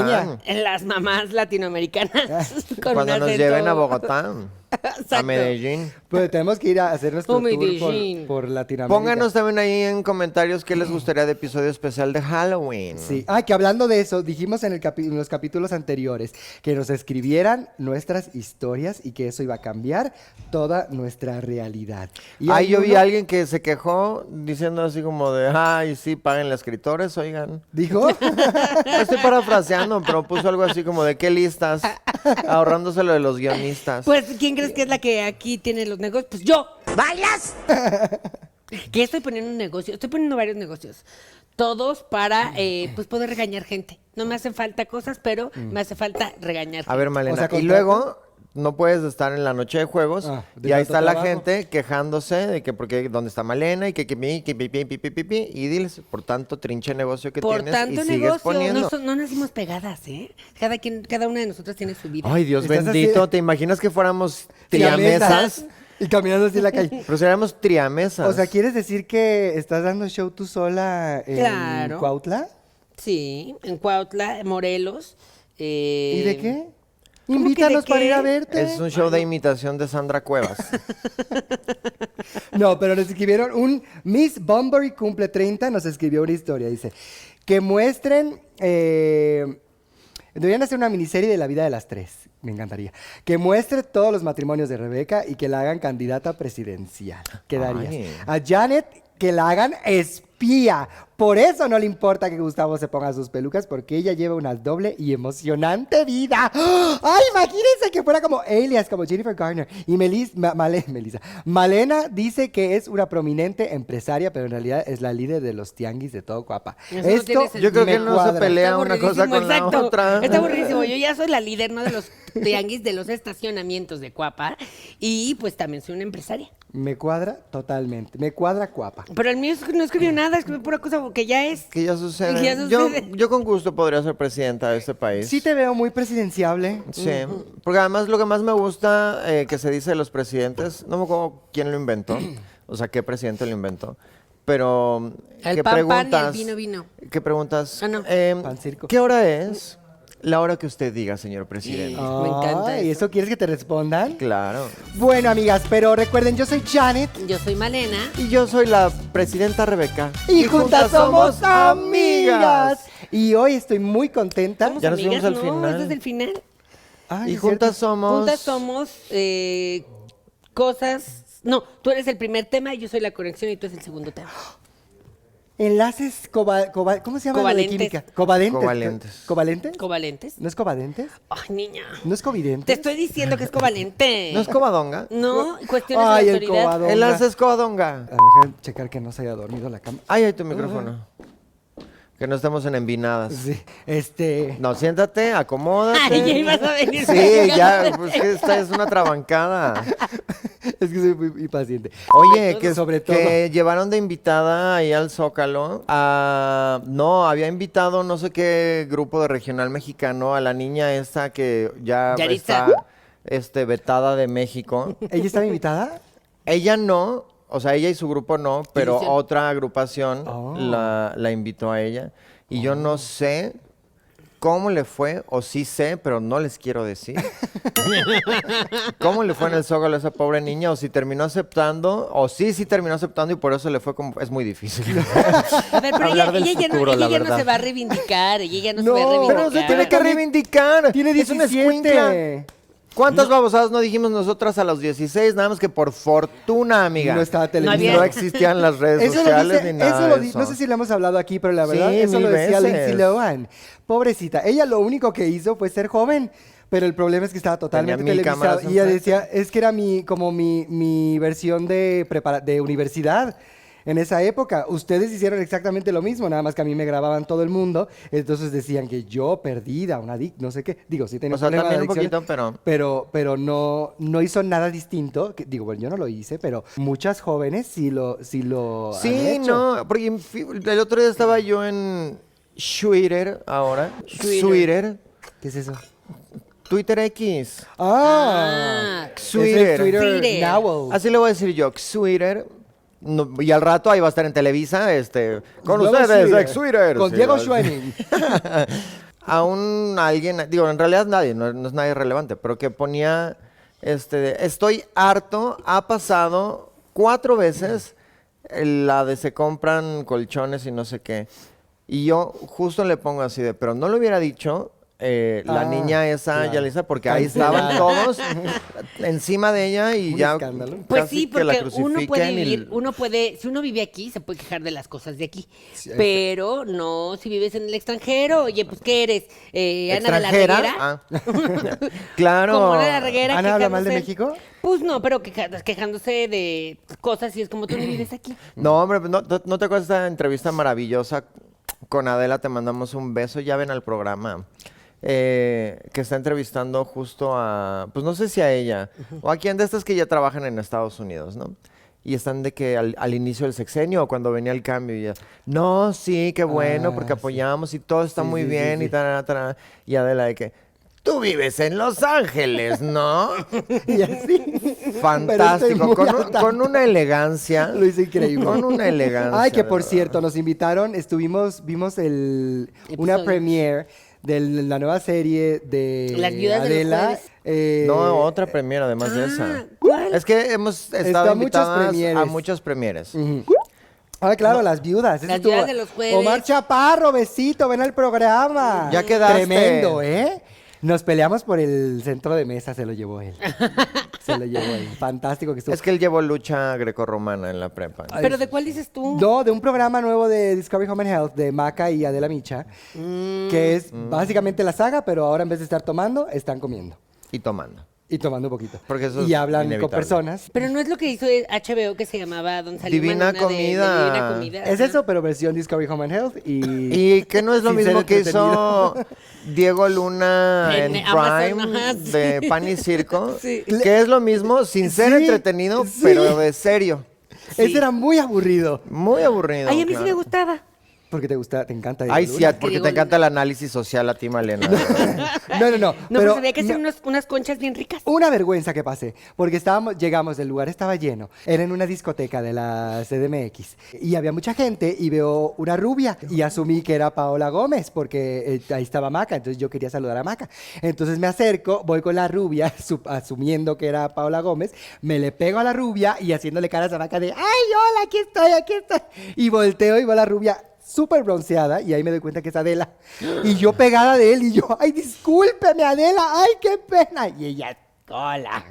[SPEAKER 2] niña.
[SPEAKER 1] Las mamás latinoamericanas. con
[SPEAKER 4] Cuando
[SPEAKER 1] un
[SPEAKER 4] nos
[SPEAKER 1] acento-
[SPEAKER 4] lleven a Bogotá, a
[SPEAKER 1] Exacto.
[SPEAKER 4] Medellín.
[SPEAKER 2] Pues tenemos que ir a hacer nuestro
[SPEAKER 1] Oh, mi
[SPEAKER 2] tour por,
[SPEAKER 1] Dijín.
[SPEAKER 2] por Latinoamérica.
[SPEAKER 4] Pónganos también ahí en comentarios qué les gustaría de episodio especial de Halloween.
[SPEAKER 2] Sí. Ah, que hablando de eso, dijimos en, el capi- en los capítulos anteriores que nos escribieran nuestras historias y que eso iba a cambiar toda nuestra realidad. Y
[SPEAKER 4] Ahí
[SPEAKER 2] hay
[SPEAKER 4] yo vi
[SPEAKER 2] uno-
[SPEAKER 4] a alguien que se quejó diciendo así como de, ay, sí, paguen a escritores, oigan.
[SPEAKER 2] Dijo.
[SPEAKER 4] Estoy parafraseando, pero puso algo así como de, ¿qué listas? Ahorrándose lo de los guionistas.
[SPEAKER 1] Pues, ¿quién crees que es la que aquí tiene los negocios? Pues yo.
[SPEAKER 5] ¿Bailas?
[SPEAKER 1] Que estoy poniendo un negocio, estoy poniendo varios negocios. Todos para eh, pues poder regañar gente. No me hacen falta cosas, pero me hace falta regañar
[SPEAKER 4] Mm. A ver, Malena,
[SPEAKER 2] O sea,
[SPEAKER 4] y
[SPEAKER 2] contratan-
[SPEAKER 4] luego no puedes estar en la noche de juegos
[SPEAKER 2] Ah, de
[SPEAKER 4] y ahí
[SPEAKER 2] tanto
[SPEAKER 4] está la
[SPEAKER 2] trabajo.
[SPEAKER 4] gente quejándose de que porque dónde está Malena y que que mi, que pi, pi, pi, pi, pi, pi, y diles por tanto trinche negocio que
[SPEAKER 1] Por
[SPEAKER 4] tienes
[SPEAKER 1] tanto
[SPEAKER 4] y sigues
[SPEAKER 1] negocio,
[SPEAKER 4] poniendo.
[SPEAKER 1] no, so- no nacimos pegadas, ¿eh? Cada, quien, cada una de nosotras tiene su vida.
[SPEAKER 4] Ay, Dios
[SPEAKER 2] Estás
[SPEAKER 4] bendito,
[SPEAKER 2] así-
[SPEAKER 4] ¿te imaginas que fuéramos triamesas?
[SPEAKER 2] Y caminando así en la calle.
[SPEAKER 4] Pero seríamos triamesas.
[SPEAKER 2] O sea, ¿quieres decir que estás dando show tú sola en
[SPEAKER 1] Claro.
[SPEAKER 2] Cuautla?
[SPEAKER 1] Sí, en Cuautla, Morelos. eh,
[SPEAKER 2] ¿Y de qué?
[SPEAKER 1] que
[SPEAKER 2] Invítanos
[SPEAKER 1] de
[SPEAKER 2] para
[SPEAKER 1] qué?
[SPEAKER 2] ir a verte.
[SPEAKER 4] es un show de imitación de Sandra Cuevas.
[SPEAKER 2] No, pero nos escribieron un Miss Bunbury cumple 30, nos escribió una historia, dice, que muestren, eh, deberían hacer una miniserie de la vida de las tres, me encantaría, que muestre todos los matrimonios de Rebeca y que la hagan candidata presidencial, quedarías.
[SPEAKER 4] Ay.
[SPEAKER 2] A Janet, que la hagan espía, por eso no le importa que Gustavo se ponga sus pelucas, porque ella lleva una doble y emocionante vida. ¡Ah! ¡Ay, imagínense que fuera como Elias, como Jennifer Garner! Y Melis, Ma- Male- Melissa. Malena dice que es una prominente empresaria, pero en realidad es la líder de los tianguis de todo Cuapa.
[SPEAKER 1] Eso no tiene sentido.
[SPEAKER 4] Yo creo
[SPEAKER 2] me
[SPEAKER 4] que no se
[SPEAKER 2] cuadra.
[SPEAKER 4] pelea.
[SPEAKER 1] está
[SPEAKER 4] una cosa
[SPEAKER 1] aburridísimo,
[SPEAKER 4] con la otra.
[SPEAKER 1] Está aburridísimo. Yo ya soy la líder, ¿no? De los tianguis, de los estacionamientos de Cuapa. Y pues también soy una empresaria.
[SPEAKER 2] Me cuadra totalmente. Me cuadra Cuapa.
[SPEAKER 1] Pero el mío es que no escribió nada, escribió pura cosa que ya es.
[SPEAKER 4] que ya sucede.
[SPEAKER 1] Ya
[SPEAKER 4] Yo,
[SPEAKER 1] sucede.
[SPEAKER 4] yo con gusto podría ser presidenta de este país.
[SPEAKER 2] Sí te veo muy presidenciable.
[SPEAKER 4] Sí, porque además lo que más me gusta eh, que se dice de los presidentes, no me acuerdo quién lo inventó, o sea, qué presidente lo inventó, pero
[SPEAKER 1] El pan, pan
[SPEAKER 4] ¿qué
[SPEAKER 1] y el
[SPEAKER 4] preguntas?
[SPEAKER 1] vino, vino.
[SPEAKER 4] ¿Qué preguntas?
[SPEAKER 1] Ah, no.
[SPEAKER 4] Eh,
[SPEAKER 2] Pan circo.
[SPEAKER 4] ¿Qué hora es? La hora que usted diga, señor presidente.
[SPEAKER 1] Me encanta
[SPEAKER 2] ¿Y
[SPEAKER 1] eso.
[SPEAKER 2] eso quieres que te respondan?
[SPEAKER 4] Claro.
[SPEAKER 2] Bueno, amigas, pero recuerden, yo soy Janet.
[SPEAKER 1] Yo soy Malena.
[SPEAKER 4] Y yo soy la presidenta Rebeca.
[SPEAKER 2] Y, juntas, somos amigas. Y hoy estoy muy contenta.
[SPEAKER 1] Somos
[SPEAKER 4] Ya nos
[SPEAKER 1] amigas,
[SPEAKER 4] vimos al
[SPEAKER 1] no,
[SPEAKER 4] final.
[SPEAKER 1] Este es el final.
[SPEAKER 2] Ay,
[SPEAKER 4] Y
[SPEAKER 2] es cierto.
[SPEAKER 4] juntas somos...
[SPEAKER 1] Juntas somos eh, cosas. No, tú eres el primer tema, yo soy la conexión y tú eres el segundo tema.
[SPEAKER 2] Enlaces cova- cova- ¿cómo se llama lo de
[SPEAKER 1] Covalentes.
[SPEAKER 2] química? Covalentes.
[SPEAKER 4] Covalentes.
[SPEAKER 2] ¿Covalentes?
[SPEAKER 1] Covalentes.
[SPEAKER 2] ¿No es covalentes?
[SPEAKER 1] Ay, niña.
[SPEAKER 2] ¿No es
[SPEAKER 1] Te
[SPEAKER 2] covidente?
[SPEAKER 1] estoy diciendo que es covalente.
[SPEAKER 4] ¿No es cobadonga?
[SPEAKER 2] Mm.
[SPEAKER 1] No, cuestiones
[SPEAKER 2] Ay,
[SPEAKER 1] de
[SPEAKER 2] el
[SPEAKER 1] autoridad.
[SPEAKER 2] cobado.
[SPEAKER 4] Él hace es cobadonga.
[SPEAKER 2] A ver, Ah, deja checar que no se haya dormido la cama.
[SPEAKER 4] Ay, hay tu micrófono. Que no estamos en envinadas.
[SPEAKER 2] Sí, Este.
[SPEAKER 4] No, siéntate, acomódate.
[SPEAKER 1] Ay, ya ibas a venir.
[SPEAKER 4] Sí, ya, pues que esta es una trabancada.
[SPEAKER 2] Es que soy muy impaciente.
[SPEAKER 4] Oye, que,
[SPEAKER 2] Sobre todo.
[SPEAKER 4] que llevaron de invitada ahí al Zócalo a... No, había invitado no sé qué grupo de regional mexicano a la niña esta que ya
[SPEAKER 1] Yaritza.
[SPEAKER 4] está este, vetada de México.
[SPEAKER 2] ¿Ella estaba invitada?
[SPEAKER 4] Ella no, o sea, ella y su grupo no, pero
[SPEAKER 1] División.
[SPEAKER 4] otra agrupación
[SPEAKER 1] "Ah".
[SPEAKER 2] Oh.
[SPEAKER 4] la, la invitó a ella. Y yo no sé cómo le fue, o sí sé, pero no les quiero decir. ¿Cómo le fue en el Zócalo a esa pobre niña? O si terminó aceptando, o sí, sí terminó aceptando y por eso le fue como... Es muy difícil.
[SPEAKER 1] A ver, pero
[SPEAKER 4] Hablar
[SPEAKER 1] ella,
[SPEAKER 4] del
[SPEAKER 1] ella ya no-
[SPEAKER 4] futuro,
[SPEAKER 1] ella
[SPEAKER 4] la
[SPEAKER 1] ya no
[SPEAKER 4] verdad.
[SPEAKER 1] se va a reivindicar. Ella ya no, se
[SPEAKER 2] No,
[SPEAKER 1] va a
[SPEAKER 2] pero
[SPEAKER 1] reivindicar.
[SPEAKER 4] pero se tiene que
[SPEAKER 2] Claro.
[SPEAKER 4] reivindicar.
[SPEAKER 2] Tiene
[SPEAKER 4] Es una
[SPEAKER 2] 17.
[SPEAKER 4] escuincla. ¿Cuántas babosadas no dijimos nosotras a los 16? Nada más que por fortuna, amiga.
[SPEAKER 2] No estaba
[SPEAKER 1] No había-
[SPEAKER 2] televisión.
[SPEAKER 4] No existían las redes
[SPEAKER 2] Eso lo
[SPEAKER 4] sociales
[SPEAKER 2] dice,
[SPEAKER 4] ni nada
[SPEAKER 2] eso lo
[SPEAKER 4] de
[SPEAKER 2] di-
[SPEAKER 4] eso.
[SPEAKER 2] no sé si lo hemos hablado aquí, pero la verdad,
[SPEAKER 4] Sí,
[SPEAKER 2] eso lo
[SPEAKER 4] mil
[SPEAKER 2] decía
[SPEAKER 4] veces.
[SPEAKER 2] Lindsay Lohan. Pobrecita, ella lo único que hizo fue ser joven, Pero el problema es que estaba totalmente
[SPEAKER 4] mil
[SPEAKER 2] televisado.
[SPEAKER 4] cámaras
[SPEAKER 2] Y ella
[SPEAKER 4] enfrente.
[SPEAKER 2] decía, es que era mi, como mi, mi versión de, prepara- de universidad. En esa época, ustedes hicieron exactamente lo mismo, nada más que a mí me grababan todo el mundo, entonces decían que yo perdida, una dic, no sé qué. Digo, sí tenía
[SPEAKER 4] O sea,
[SPEAKER 2] un problema de
[SPEAKER 4] también un
[SPEAKER 2] adicciones,
[SPEAKER 4] poquito, pero-
[SPEAKER 2] pero pero no no hizo nada distinto, que, digo, bueno, yo no lo hice, pero muchas jóvenes sí lo sí lo han
[SPEAKER 4] Sí,
[SPEAKER 2] hecho.
[SPEAKER 4] no, porque en fi- el otro día estaba yo en Twitter ahora.
[SPEAKER 1] Twitter.
[SPEAKER 4] Twitter.
[SPEAKER 2] ¿Qué es eso?
[SPEAKER 4] Twitter X.
[SPEAKER 2] Ah,
[SPEAKER 1] Ah,
[SPEAKER 2] Es el
[SPEAKER 4] Twitter.
[SPEAKER 1] Twitter.
[SPEAKER 2] Twitter. Now.
[SPEAKER 4] Así le voy a decir yo, Twitter. No, y al rato ahí va a estar en Televisa, este, con
[SPEAKER 2] Nuevo
[SPEAKER 4] ustedes,
[SPEAKER 2] Twitter.
[SPEAKER 4] ex Twitter.
[SPEAKER 2] Con
[SPEAKER 4] Sí,
[SPEAKER 2] Diego
[SPEAKER 4] va-
[SPEAKER 2] Schwenning.
[SPEAKER 4] a un alguien, digo, en realidad nadie, no, no es nadie relevante, pero que ponía, este, estoy harto, ha pasado cuatro veces eh, la de se compran colchones y no sé qué. Y yo justo le pongo así de, pero no lo hubiera dicho eh, la
[SPEAKER 2] Ah,
[SPEAKER 4] niña esa,
[SPEAKER 2] claro.
[SPEAKER 4] Yalisa, porque ahí
[SPEAKER 2] Cancelada.
[SPEAKER 4] estaban todos encima de ella y
[SPEAKER 2] Un
[SPEAKER 4] ya
[SPEAKER 2] escándalo.
[SPEAKER 1] Pues
[SPEAKER 4] casi
[SPEAKER 1] sí,
[SPEAKER 4] que la
[SPEAKER 1] porque uno puede
[SPEAKER 4] crucifiquen y-
[SPEAKER 1] vivir, uno puede, si uno vive aquí, se puede quejar de las cosas de aquí.
[SPEAKER 2] es-
[SPEAKER 1] pero no, si vives en el extranjero, oye, pues ¿qué eres? Eh, Ana de la
[SPEAKER 4] ¿Extranjera?
[SPEAKER 1] Reguera.
[SPEAKER 4] Ah. Claro.
[SPEAKER 1] Como Ana de la Reguera.
[SPEAKER 2] ¿Ana habla mal de
[SPEAKER 1] quejándose-
[SPEAKER 2] México?
[SPEAKER 1] Pues no, pero queja- quejándose de cosas y es como tú no vives aquí.
[SPEAKER 4] No, hombre, pues, no, no- no te acuerdas de esta entrevista maravillosa con Adela, te mandamos un beso, ya ven al programa. eh, que está entrevistando justo a, pues no sé si a ella, o a quien de estas que ya trabajan en Estados Unidos, ¿no? Y están de que al, al inicio del sexenio o cuando venía el cambio y ya, no, sí, qué bueno,
[SPEAKER 2] Ah, sí.
[SPEAKER 4] porque apoyamos y todo está
[SPEAKER 2] Sí,
[SPEAKER 4] muy
[SPEAKER 2] sí, sí,
[SPEAKER 4] bien y
[SPEAKER 2] sí.
[SPEAKER 4] tal, tal, y Adela de que, tú vives en Los Ángeles, ¿no?
[SPEAKER 2] y así.
[SPEAKER 4] Fantástico,
[SPEAKER 2] este muy
[SPEAKER 4] con,
[SPEAKER 2] al
[SPEAKER 4] un-
[SPEAKER 2] tanto.
[SPEAKER 4] con una elegancia.
[SPEAKER 2] Lo hizo increíble.
[SPEAKER 4] Con una elegancia.
[SPEAKER 2] Ay, que por
[SPEAKER 4] de
[SPEAKER 2] cierto, nos invitaron, estuvimos, vimos el, una
[SPEAKER 1] Episodio.
[SPEAKER 2] premiere de la nueva serie de
[SPEAKER 1] Las viudas de los
[SPEAKER 2] Adela.
[SPEAKER 1] jueves.
[SPEAKER 2] eh,
[SPEAKER 4] No, otra premiera además de esa.
[SPEAKER 1] ¿cuál?
[SPEAKER 4] Es que hemos
[SPEAKER 2] Ah, Está
[SPEAKER 4] estado
[SPEAKER 2] a muchas
[SPEAKER 4] invitadas a
[SPEAKER 2] premieres. Mm.
[SPEAKER 4] muchas premieres.
[SPEAKER 2] Ah, claro, las viudas.
[SPEAKER 1] Las
[SPEAKER 2] ese estuvo-
[SPEAKER 1] viudas de los jueves.
[SPEAKER 2] Omar Chaparro, besito, ven al programa.
[SPEAKER 4] Ya quedaste.
[SPEAKER 2] Tremendo, ¿eh? Nos peleamos por el centro de mesa, se lo llevó él. se lo llevó él. Fantástico que estuvo.
[SPEAKER 4] Es que él llevó lucha grecorromana en la prepa.
[SPEAKER 1] Pero ¿de cuál dices tú?
[SPEAKER 2] No, de un programa nuevo de Discovery Home and Health de Maca y Adela Micha,
[SPEAKER 1] Mm.
[SPEAKER 2] que es
[SPEAKER 4] Mm.
[SPEAKER 2] básicamente la saga, pero ahora en vez de estar tomando, están comiendo.
[SPEAKER 4] Y tomando.
[SPEAKER 2] Y tomando un poquito.
[SPEAKER 4] Porque eso
[SPEAKER 2] y
[SPEAKER 4] es
[SPEAKER 2] hablan con
[SPEAKER 4] inevitable.
[SPEAKER 2] personas.
[SPEAKER 1] Pero no es lo que hizo HBO que se llamaba Don Salimán.
[SPEAKER 4] Divina
[SPEAKER 1] una de- de
[SPEAKER 4] Comida.
[SPEAKER 1] Divina Comida.
[SPEAKER 2] Es
[SPEAKER 1] ajá.
[SPEAKER 2] eso, pero versión Discovery Home and Health y...
[SPEAKER 4] Y que no es lo
[SPEAKER 2] Sin
[SPEAKER 4] mismo
[SPEAKER 2] ser
[SPEAKER 4] que hizo Diego Luna en,
[SPEAKER 1] En
[SPEAKER 4] Prime
[SPEAKER 1] Amazon, ajá, sí.
[SPEAKER 4] de Pan y Circo.
[SPEAKER 1] Sí.
[SPEAKER 4] Que es lo mismo sin ser
[SPEAKER 2] Sí,
[SPEAKER 4] entretenido,
[SPEAKER 2] sí.
[SPEAKER 4] pero de serio.
[SPEAKER 1] Sí.
[SPEAKER 2] Ese era muy aburrido.
[SPEAKER 4] Muy aburrido.
[SPEAKER 1] Ay, a mí sí
[SPEAKER 4] claro.
[SPEAKER 1] me gustaba.
[SPEAKER 2] Porque te gusta, te encanta.
[SPEAKER 4] Ay,
[SPEAKER 2] Diego
[SPEAKER 4] sí,
[SPEAKER 2] Luna.
[SPEAKER 4] porque
[SPEAKER 1] Diego
[SPEAKER 4] te encanta el
[SPEAKER 1] Luna.
[SPEAKER 4] análisis social a ti, Malena.
[SPEAKER 2] No, no, no.
[SPEAKER 1] No,
[SPEAKER 2] pero
[SPEAKER 1] pues había que hacer
[SPEAKER 2] no-
[SPEAKER 1] unos- unas conchas bien ricas.
[SPEAKER 2] Una vergüenza que pasé, porque estábamos, llegamos, el lugar estaba lleno, era en una discoteca de la CDMX y había mucha gente y veo una rubia y asumí que era Paola Gómez porque eh, ahí estaba Maca, entonces yo quería saludar a Maca. Entonces me acerco, voy con la rubia, su- asumiendo que era Paola Gómez, me le pego a la rubia y haciéndole caras a Maca de, ay, hola, aquí estoy, aquí estoy. Y volteo y va la rubia súper bronceada y ahí me doy cuenta que es Adela. Y yo pegada de él y yo, ay, discúlpeme Adela, ay, qué pena. Y ella, cola.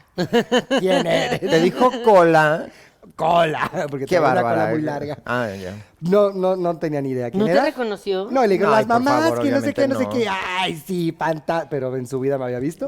[SPEAKER 2] ¿Quién eres?
[SPEAKER 4] te dijo cola.
[SPEAKER 2] Cola. Porque
[SPEAKER 4] Qué
[SPEAKER 2] tenía una
[SPEAKER 4] bárbara.
[SPEAKER 2] cola muy larga.
[SPEAKER 4] Ah, ya.
[SPEAKER 2] No, no, no tenía ni idea quién
[SPEAKER 1] ¿No te
[SPEAKER 2] era.
[SPEAKER 1] reconoció?
[SPEAKER 2] No, le digo,
[SPEAKER 4] No,
[SPEAKER 2] las
[SPEAKER 4] ay, por
[SPEAKER 2] mamás,
[SPEAKER 4] favor,
[SPEAKER 2] que no sé qué, no, sé
[SPEAKER 4] obviamente
[SPEAKER 2] qué. Ay, sí, panta. Pero en su vida me había visto.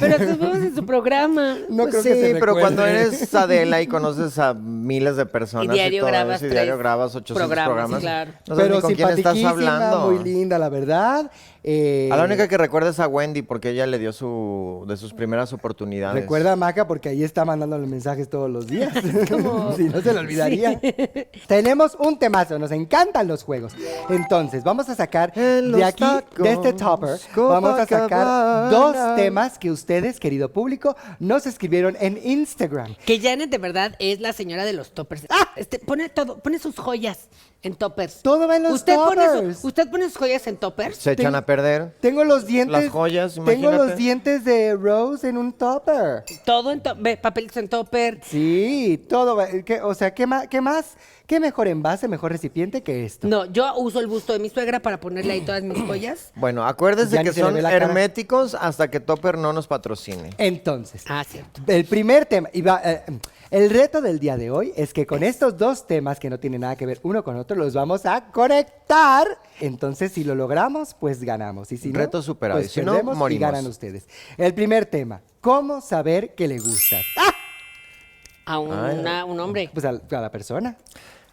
[SPEAKER 1] Pero nos vemos en su programa.
[SPEAKER 2] No
[SPEAKER 4] Pues
[SPEAKER 2] creo
[SPEAKER 4] sí,
[SPEAKER 2] que se
[SPEAKER 4] pero
[SPEAKER 2] recuerde.
[SPEAKER 4] cuando eres Adela y conoces a miles de personas
[SPEAKER 1] Y diario
[SPEAKER 4] todo
[SPEAKER 1] grabas
[SPEAKER 4] eso, y diario
[SPEAKER 1] tres
[SPEAKER 4] grabas 800
[SPEAKER 1] programas,
[SPEAKER 4] programas,
[SPEAKER 1] claro.
[SPEAKER 4] no sabes
[SPEAKER 2] pero
[SPEAKER 4] ni con quién estás
[SPEAKER 2] simpaticísima,
[SPEAKER 4] hablando.
[SPEAKER 2] muy linda, la verdad. Eh,
[SPEAKER 4] A la única que recuerda es a Wendy porque ella le dio su de sus primeras oportunidades.
[SPEAKER 2] Recuerda a Maca porque ahí está mandándole mensajes todos los días.
[SPEAKER 1] como-
[SPEAKER 2] si no se lo olvidaría. Tenemos un temazo, nos encantan los juegos. Entonces, vamos a sacar
[SPEAKER 4] En los
[SPEAKER 2] de aquí, de este topper,
[SPEAKER 4] tacos,
[SPEAKER 2] vamos a sacar
[SPEAKER 4] Copacabana.
[SPEAKER 2] dos temas que ustedes, querido público, nos escribieron en Instagram.
[SPEAKER 1] Que Janet de verdad es la señora de los toppers. Ah, este, pone todo, pone sus joyas en toppers.
[SPEAKER 2] Todo va en los
[SPEAKER 1] usted Pone
[SPEAKER 2] toppers.
[SPEAKER 1] su- usted pone sus joyas en toppers.
[SPEAKER 4] Se echan
[SPEAKER 2] Ten-
[SPEAKER 4] a perder.
[SPEAKER 2] Tengo los dientes.
[SPEAKER 4] Las joyas,
[SPEAKER 2] Tengo los
[SPEAKER 4] imagínate.
[SPEAKER 2] dientes de Rose en un topper.
[SPEAKER 1] Todo en topper, papelitos en topper.
[SPEAKER 2] Sí, todo. va- ¿qué- o sea, ¿qué más, ¿qué más? ¿Qué mejor envase, mejor recipiente que
[SPEAKER 4] Mm.
[SPEAKER 2] esto.
[SPEAKER 1] No, yo uso el busto de mi suegra para ponerle ahí todas mis joyas.
[SPEAKER 4] Bueno, acuérdense
[SPEAKER 2] Ya
[SPEAKER 4] que
[SPEAKER 2] ni se le
[SPEAKER 4] son
[SPEAKER 2] ve la cara.
[SPEAKER 4] herméticos hasta que Topper no nos patrocine.
[SPEAKER 2] Entonces,
[SPEAKER 1] Ah, cierto.
[SPEAKER 2] el primer tema, y va, eh, el reto del día de hoy es que con estos dos temas que no tienen nada que ver uno con otro, los vamos a conectar. Entonces, si lo logramos, pues ganamos. Y si no,
[SPEAKER 4] Reto superado.
[SPEAKER 2] pues
[SPEAKER 4] Y si no,
[SPEAKER 2] perdemos y
[SPEAKER 4] morimos.
[SPEAKER 2] ganan ustedes. El primer tema, ¿cómo saber que le gustas? Ah,
[SPEAKER 1] A un, una- un hombre.
[SPEAKER 2] pues a, a la persona.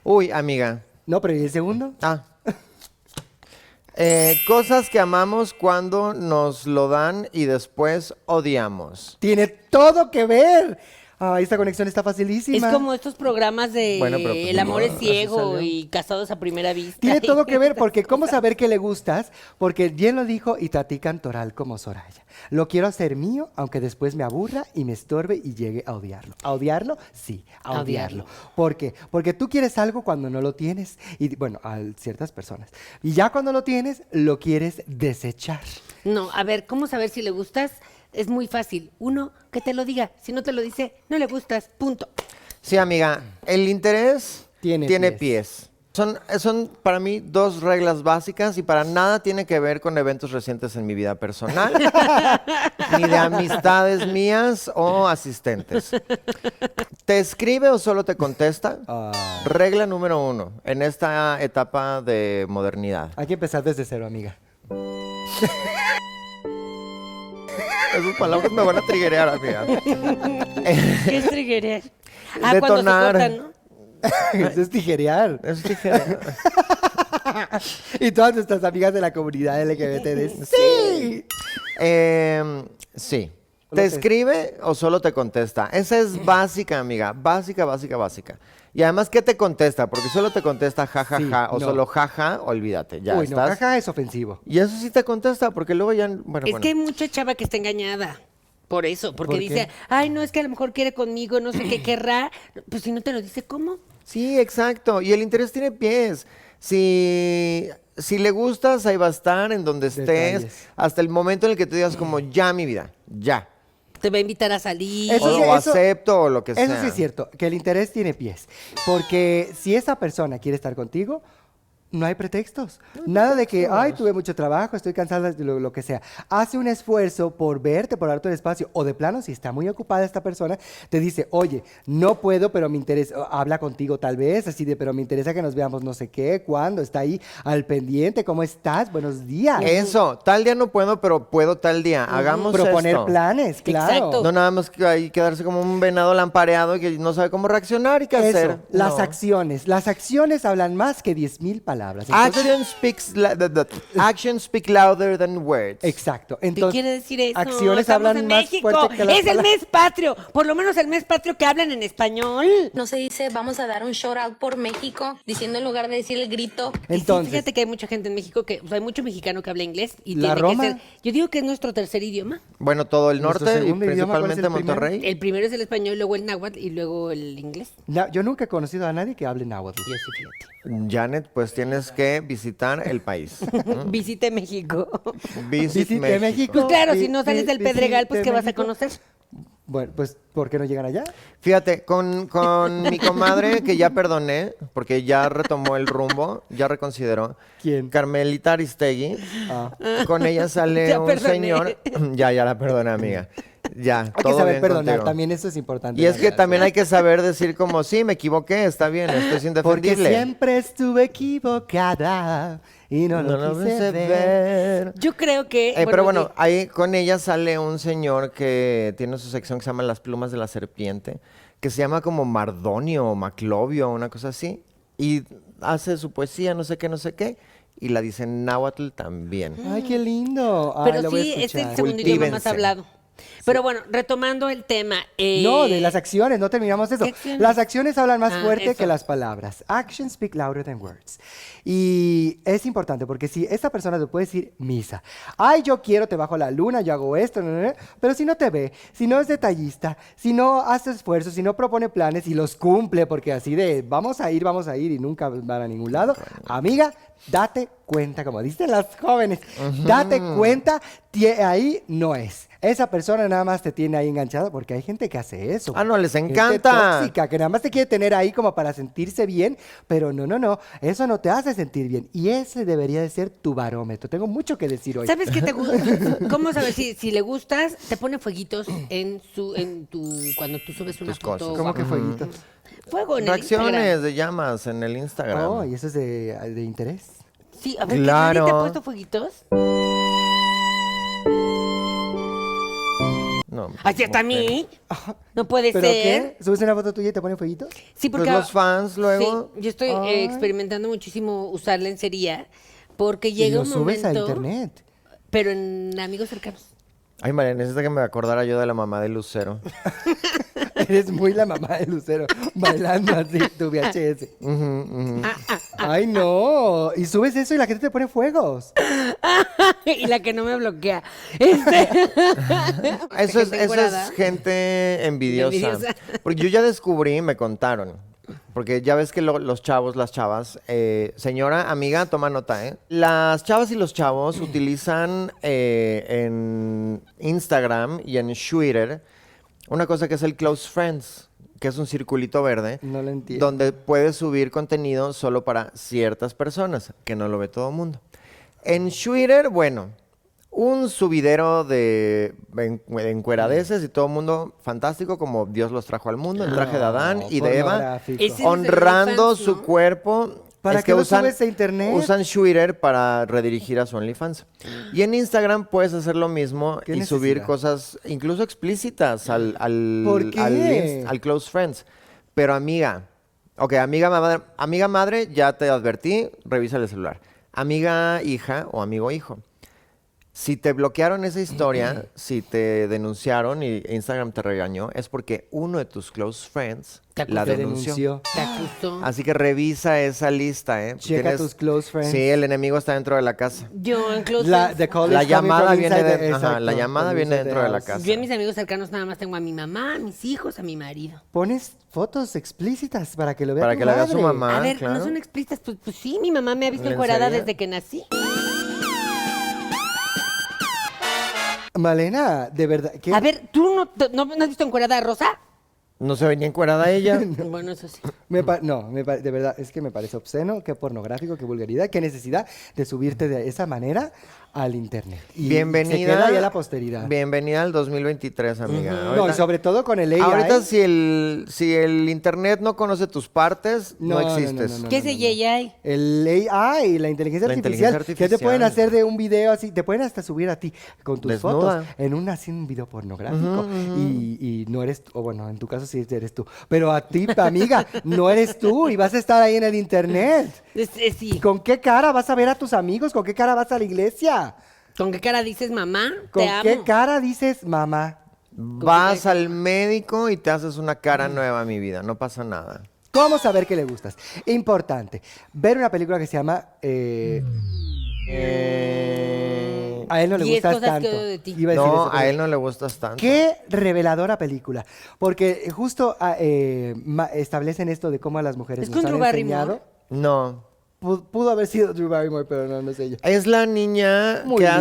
[SPEAKER 4] Uy, amiga.
[SPEAKER 2] No, pero ¿y el segundo?
[SPEAKER 4] Ah. Eh, cosas que amamos cuando nos lo dan y después odiamos.
[SPEAKER 2] Tiene todo que ver. Ah, esta conexión está facilísima.
[SPEAKER 1] Es como estos programas de
[SPEAKER 4] Bueno, pero, pues,
[SPEAKER 1] El amor
[SPEAKER 4] no,
[SPEAKER 1] es
[SPEAKER 4] así
[SPEAKER 1] ciego
[SPEAKER 4] salió.
[SPEAKER 1] y casados a primera vista.
[SPEAKER 2] Tiene todo que ver, porque ¿cómo saber que le gustas? Porque bien lo dijo Itatí Cantoral como Soraya. Lo quiero hacer mío, aunque después me aburra y me estorbe y llegue a odiarlo. ¿A odiarlo? Sí, a
[SPEAKER 1] A
[SPEAKER 2] odiarlo.
[SPEAKER 1] odiarlo.
[SPEAKER 2] ¿Por qué? Porque tú quieres algo cuando no lo tienes, y bueno, a ciertas personas. Y ya cuando lo tienes, lo quieres desechar.
[SPEAKER 1] No, a ver, ¿cómo saber si le gustas? Es muy fácil. Uno, que te lo diga. Si no te lo dice, no le gustas. Punto.
[SPEAKER 4] Sí, amiga, el interés
[SPEAKER 2] Tiene
[SPEAKER 4] tiene,
[SPEAKER 2] pies.
[SPEAKER 4] pies. Son, son para mí dos reglas básicas y para nada tiene que ver con eventos recientes en mi vida personal, ni de amistades mías o asistentes. ¿Te escribe o solo te contesta?
[SPEAKER 2] Ah.
[SPEAKER 4] Regla número uno en esta etapa de modernidad.
[SPEAKER 2] Hay que empezar desde cero, amiga.
[SPEAKER 4] Esas palabras me van a triguear, amiga.
[SPEAKER 1] ¿Qué es triggerear? Ah, cuando se
[SPEAKER 4] Detonar.
[SPEAKER 1] cortan, ¿no?
[SPEAKER 2] Eso es tijerear.
[SPEAKER 4] Es tijera.
[SPEAKER 2] Y todas nuestras amigas de la comunidad LGBT dicen, ¡Sí!
[SPEAKER 4] Eh, sí.
[SPEAKER 2] te-
[SPEAKER 4] ¿Te escribe o solo te contesta? Esa es básica, amiga. Básica, básica, básica. Y además, ¿qué te contesta? Porque solo te contesta jajaja
[SPEAKER 2] Sí, no.
[SPEAKER 4] o solo jaja, olvídate. Ya
[SPEAKER 2] Uy, no,
[SPEAKER 4] estás.
[SPEAKER 2] jaja, es ofensivo.
[SPEAKER 4] Y eso sí te contesta, porque luego ya. Bueno,
[SPEAKER 1] Es
[SPEAKER 4] bueno.
[SPEAKER 1] que hay mucha chava que está engañada. Por eso, porque
[SPEAKER 2] Ah, ¿Por qué?
[SPEAKER 1] dice, ay, no, es que a lo mejor quiere conmigo, no sé qué querrá. Pues si no te lo dice, ¿cómo?
[SPEAKER 4] Sí, exacto. Y el interés tiene pies. Si, si le gustas, ahí va a estar, en donde estés,
[SPEAKER 2] Detalles.
[SPEAKER 4] hasta el momento en el que tú digas, como ya, mi vida, ya.
[SPEAKER 1] Te va a invitar a salir.
[SPEAKER 4] Eso O sí. lo acepto o lo que
[SPEAKER 2] Eso sí
[SPEAKER 4] sea.
[SPEAKER 2] es cierto, que el interés tiene pies. Porque si esa persona quiere estar contigo, no hay pretextos. Nada de que, ay, tuve mucho trabajo, estoy cansada, lo, lo que sea. Hace un esfuerzo por verte, por darte un espacio. O de plano, si está muy ocupada esta persona, te dice, oye, no puedo, pero me interesa, o habla contigo tal vez, así de, pero me interesa que nos veamos no sé qué, cuándo, está ahí al pendiente, ¿cómo estás? Buenos días.
[SPEAKER 4] Eso, tal día no puedo, pero puedo tal día. Hagamos
[SPEAKER 2] Proponer
[SPEAKER 4] esto.
[SPEAKER 2] planes, claro.
[SPEAKER 1] Exacto.
[SPEAKER 4] No nada más que ahí quedarse como un venado lampareado que no sabe cómo reaccionar y qué
[SPEAKER 2] Eso,
[SPEAKER 4] hacer.
[SPEAKER 2] Las
[SPEAKER 4] No.
[SPEAKER 2] acciones. Las acciones hablan más que 10.000 palabras. Entonces-
[SPEAKER 4] Action speaks la- the- the- action speak louder than words.
[SPEAKER 2] Exacto.
[SPEAKER 1] ¿Qué
[SPEAKER 2] Entonces,
[SPEAKER 1] quiere decir eso?
[SPEAKER 2] Acciones
[SPEAKER 1] Estamos
[SPEAKER 2] hablan
[SPEAKER 1] en
[SPEAKER 2] más
[SPEAKER 1] México.
[SPEAKER 2] fuerte que las
[SPEAKER 1] Es el
[SPEAKER 2] palabras.
[SPEAKER 1] mes patrio. Por lo menos el mes patrio que hablan en español.
[SPEAKER 6] No se dice vamos a dar un shout out por México, diciendo en lugar de decir el grito,
[SPEAKER 1] Y sí,
[SPEAKER 2] Entonces,
[SPEAKER 1] fíjate que hay mucha gente en México que, o sea, hay mucho mexicano que habla inglés y
[SPEAKER 2] ¿La
[SPEAKER 1] tiene
[SPEAKER 2] Roma?
[SPEAKER 1] que ser. Yo digo que es nuestro tercer idioma.
[SPEAKER 4] Bueno, todo el
[SPEAKER 2] ¿Nuestro
[SPEAKER 4] norte y
[SPEAKER 2] segundo idioma? ¿Cuál es
[SPEAKER 4] principalmente
[SPEAKER 2] el primero?
[SPEAKER 4] Monterrey.
[SPEAKER 1] El primero es el español, luego el náhuatl y luego el inglés.
[SPEAKER 2] na- yo nunca he conocido a nadie que hable náhuatl.
[SPEAKER 1] Yo sí, fíjate.
[SPEAKER 4] Janet, pues tienes que visitar el país.
[SPEAKER 1] Visite México.
[SPEAKER 4] Visit,
[SPEAKER 2] Visite México.
[SPEAKER 1] Pues claro, si no
[SPEAKER 2] Vi-
[SPEAKER 1] sales del
[SPEAKER 2] vi-
[SPEAKER 1] Pedregal, pues
[SPEAKER 2] visite
[SPEAKER 1] ¿qué vas a
[SPEAKER 2] México.
[SPEAKER 1] conocer?
[SPEAKER 2] Bueno, pues, ¿por qué no llegan allá?
[SPEAKER 4] Fíjate, con, con mi comadre, que ya perdoné, porque ya retomó el rumbo, ya reconsideró.
[SPEAKER 2] ¿Quién?
[SPEAKER 4] Carmelita Aristegui.
[SPEAKER 2] Ah.
[SPEAKER 4] Con ella sale
[SPEAKER 1] Ya
[SPEAKER 4] un
[SPEAKER 1] perdoné.
[SPEAKER 4] señor. ya, ya la perdoné, amiga. Ya,
[SPEAKER 2] Hay que
[SPEAKER 4] todo
[SPEAKER 2] saber
[SPEAKER 4] bien
[SPEAKER 2] perdonar,
[SPEAKER 4] contigo.
[SPEAKER 2] también eso es importante.
[SPEAKER 4] Y es
[SPEAKER 2] la
[SPEAKER 4] que
[SPEAKER 2] verdad.
[SPEAKER 4] también hay que saber decir como, sí, me equivoqué, está bien, esto es
[SPEAKER 2] Porque
[SPEAKER 4] indefendible.
[SPEAKER 2] siempre estuve equivocada y no,
[SPEAKER 4] No
[SPEAKER 2] lo
[SPEAKER 4] lo
[SPEAKER 2] quise
[SPEAKER 4] sé
[SPEAKER 2] ver.
[SPEAKER 4] ver.
[SPEAKER 1] Yo creo que.
[SPEAKER 4] Eh, pero bueno,
[SPEAKER 1] sí.
[SPEAKER 4] ahí con ella sale un señor que tiene su sección que se llama Las plumas de la serpiente, que se llama como Mardonio o Maclovio, una cosa así, y hace su poesía, no sé qué, no sé qué, y la dice en náhuatl también.
[SPEAKER 2] Ay, qué lindo. Ay,
[SPEAKER 1] Pero
[SPEAKER 2] lo voy a
[SPEAKER 1] sí, es el
[SPEAKER 2] escuchar.
[SPEAKER 1] segundo idioma más
[SPEAKER 4] Cultívense.
[SPEAKER 1] hablado. Pero bueno, retomando el tema. eh,
[SPEAKER 2] No, de las acciones, no terminamos eso.
[SPEAKER 1] ¿Qué acciones?
[SPEAKER 2] Las acciones hablan más
[SPEAKER 1] Ah,
[SPEAKER 2] fuerte que
[SPEAKER 1] eso.
[SPEAKER 2] las palabras. Actions speak louder than words. Y es importante porque si esta persona te puede decir misa, ay, yo quiero, te bajo la luna, yo hago esto, no, no, no", pero si no te ve, si no es detallista, si no hace esfuerzos, si no propone planes y los cumple, porque así de vamos a ir, vamos a ir y nunca van a ningún lado, amiga, date cuenta, como dicen las jóvenes, date cuenta, tie- ahí no es. Esa persona persona nada más te tiene ahí enganchado, porque hay gente que hace eso.
[SPEAKER 4] Ah, no, les
[SPEAKER 2] Gente
[SPEAKER 4] encanta.
[SPEAKER 2] tóxica, que nada más te quiere tener ahí como para sentirse bien, pero no, no, no, eso no te hace sentir bien. Y ese debería de ser tu barómetro. Tengo mucho que decir hoy.
[SPEAKER 1] ¿Sabes qué te gusta? ¿Cómo sabes si, si le gustas? Te pone fueguitos en su en tu cuando tú subes una
[SPEAKER 4] Tus
[SPEAKER 1] foto.
[SPEAKER 4] cosas.
[SPEAKER 2] ¿Cómo
[SPEAKER 1] guapa.
[SPEAKER 2] que fueguitos?
[SPEAKER 1] Fuego en el
[SPEAKER 4] Reacciones
[SPEAKER 1] Instagram.
[SPEAKER 4] de llamas en el Instagram.
[SPEAKER 2] Oh, y eso es de, de interés.
[SPEAKER 1] Sí, a ver, ¿que
[SPEAKER 4] Claro.
[SPEAKER 1] ¿nadie te ha puesto fueguitos?
[SPEAKER 4] No,
[SPEAKER 1] Así hasta a
[SPEAKER 4] no
[SPEAKER 1] mí. No puede
[SPEAKER 2] ¿Pero
[SPEAKER 1] ser.
[SPEAKER 2] qué? ¿Subes una foto tuya y te ponen fueguitos?
[SPEAKER 1] Sí,
[SPEAKER 4] Pues
[SPEAKER 1] porque
[SPEAKER 4] los fans luego-
[SPEAKER 1] Sí, yo estoy eh,
[SPEAKER 2] Ay.
[SPEAKER 1] experimentando muchísimo usar lencería porque
[SPEAKER 2] y
[SPEAKER 1] llega
[SPEAKER 2] lo
[SPEAKER 1] un
[SPEAKER 2] subes
[SPEAKER 1] momento
[SPEAKER 2] a internet.
[SPEAKER 1] pero en amigos cercanos.
[SPEAKER 4] Ay, María, necesito que me acordara yo de la mamá de Lucero.
[SPEAKER 2] Eres muy la mamá de Lucero, bailando así tu VHS. Ay, no. Y subes eso y la gente te pone fuegos.
[SPEAKER 1] y la que no me bloquea. Este...
[SPEAKER 4] Eso es,
[SPEAKER 1] Gente
[SPEAKER 4] eso
[SPEAKER 1] encuerada.
[SPEAKER 4] es gente envidiosa.
[SPEAKER 1] Envidiosa.
[SPEAKER 4] Porque yo ya descubrí, me contaron. Porque ya ves que lo- los chavos, las chavas, eh, señora, amiga, toma nota, ¿eh? Las chavas y los chavos utilizan eh, en Instagram y en Twitter una cosa que es el close friends, que es un circulito verde.
[SPEAKER 2] No lo entiendo.
[SPEAKER 4] Donde puedes subir contenido solo para ciertas personas, que no lo ve todo el mundo. En Twitter, bueno, un subidero de, en- de encueradeces y todo el mundo fantástico, como Dios los trajo al mundo, en traje de Adán y de Eva,
[SPEAKER 2] Ah, Pornográfico.
[SPEAKER 1] Ese-
[SPEAKER 4] honrando
[SPEAKER 1] OnlyFans,
[SPEAKER 4] su
[SPEAKER 1] ¿no?
[SPEAKER 4] cuerpo.
[SPEAKER 2] ¿Para
[SPEAKER 4] Es
[SPEAKER 2] qué lo subes a internet?
[SPEAKER 4] Usan Twitter para redirigir a su OnlyFans. Y en Instagram puedes hacer lo mismo y
[SPEAKER 2] ¿Qué
[SPEAKER 4] subir
[SPEAKER 2] necesidad?
[SPEAKER 4] cosas incluso explícitas al, al,
[SPEAKER 2] ¿Por qué?
[SPEAKER 4] al ins- al Close Friends. Pero amiga, ok, amiga madre, amiga madre, ya te advertí, revisa el celular. Amiga hija o amigo hijo. Si te bloquearon esa historia, si te denunciaron y Instagram te regañó, es porque uno de tus close friends
[SPEAKER 1] Te acusó.
[SPEAKER 4] la
[SPEAKER 2] Te
[SPEAKER 4] denunció.
[SPEAKER 2] denunció.
[SPEAKER 1] Te acusó.
[SPEAKER 4] Así que revisa esa lista, ¿eh?
[SPEAKER 2] Checa tus close friends.
[SPEAKER 4] Sí, el enemigo está dentro de la casa.
[SPEAKER 1] Yo en close
[SPEAKER 2] La,
[SPEAKER 1] friends-
[SPEAKER 2] the call
[SPEAKER 4] La
[SPEAKER 2] is coming
[SPEAKER 4] llamada
[SPEAKER 2] from
[SPEAKER 4] viene
[SPEAKER 2] inside
[SPEAKER 4] de-
[SPEAKER 2] the-
[SPEAKER 4] ajá, la
[SPEAKER 2] exacto,
[SPEAKER 4] llamada
[SPEAKER 2] from
[SPEAKER 4] viene
[SPEAKER 2] inside the
[SPEAKER 4] dentro de la
[SPEAKER 2] house.
[SPEAKER 4] casa.
[SPEAKER 1] Yo a mis amigos cercanos nada más tengo a mi mamá, a mis hijos, a mi marido.
[SPEAKER 2] Pones fotos explícitas para que lo vea
[SPEAKER 4] Para
[SPEAKER 2] tu
[SPEAKER 4] que la vea su
[SPEAKER 2] madre.
[SPEAKER 4] mamá. Ah,
[SPEAKER 1] a ver,
[SPEAKER 4] claro.
[SPEAKER 1] no son explícitas. Pues, pues sí, mi mamá me ha visto
[SPEAKER 4] ¿En
[SPEAKER 1] encuerada
[SPEAKER 4] serio?
[SPEAKER 1] desde que nací.
[SPEAKER 2] Malena, de verdad. ¿qué?
[SPEAKER 1] A ver, ¿tú no, t- no, no has visto encuerada a Rosa?
[SPEAKER 4] No se venía encuerada ella.
[SPEAKER 1] Bueno, eso sí.
[SPEAKER 2] Me pa- no, me pa- de verdad, es que me parece obsceno, qué pornográfico, qué vulgaridad, qué necesidad de subirte de esa manera al internet. Y
[SPEAKER 4] Bienvenida.
[SPEAKER 2] Se queda ahí a la posteridad.
[SPEAKER 4] Bienvenida al 2023, amiga.
[SPEAKER 2] No, y sobre ¿eh? todo con el AI.
[SPEAKER 4] Ahorita si el, si el internet no conoce tus partes, no,
[SPEAKER 2] No, no, no,
[SPEAKER 4] existes.
[SPEAKER 2] no, no.
[SPEAKER 1] ¿Qué es de Yeyay?
[SPEAKER 2] El AI, la inteligencia,
[SPEAKER 4] La
[SPEAKER 2] artificial,
[SPEAKER 4] inteligencia
[SPEAKER 2] que te pueden
[SPEAKER 4] artificial.
[SPEAKER 2] hacer de un video así, te pueden hasta subir a ti con tus
[SPEAKER 4] Desnuda.
[SPEAKER 2] fotos en un así un video pornográfico y, y no eres, tú, o bueno, en tu caso sí eres tú, pero a ti, amiga, no eres tú y vas a estar ahí en el internet.
[SPEAKER 1] Es- es- sí.
[SPEAKER 2] ¿Y con qué cara vas a ver a tus amigos? ¿Con qué cara vas a la iglesia?
[SPEAKER 1] ¿Con qué cara dices mamá?
[SPEAKER 2] ¿Con
[SPEAKER 1] te amo.
[SPEAKER 2] qué cara dices mamá?
[SPEAKER 4] Vas al médico y te haces una cara nueva, mi vida. No pasa nada.
[SPEAKER 2] ¿Cómo saber que le gustas? Importante. Ver una película que se llama... eh, eh, a él no le
[SPEAKER 1] Mm. Diez
[SPEAKER 2] gustas
[SPEAKER 1] cosas que
[SPEAKER 2] tanto.
[SPEAKER 1] odio de ti.
[SPEAKER 2] Iba a decir
[SPEAKER 4] No,
[SPEAKER 2] eso, pero-
[SPEAKER 4] a él no le gustas tanto.
[SPEAKER 2] Qué reveladora película. Porque justo ah, eh, ma- establecen esto de cómo a las mujeres
[SPEAKER 1] ¿Es
[SPEAKER 2] nos
[SPEAKER 1] con
[SPEAKER 2] han
[SPEAKER 1] Drew Barrymore?
[SPEAKER 2] enseñado.
[SPEAKER 4] No.
[SPEAKER 2] Pu- Pudo haber sido Drew Barrymore, pero no, no es ella.
[SPEAKER 4] Es la niña
[SPEAKER 2] Muy
[SPEAKER 4] que
[SPEAKER 2] linda.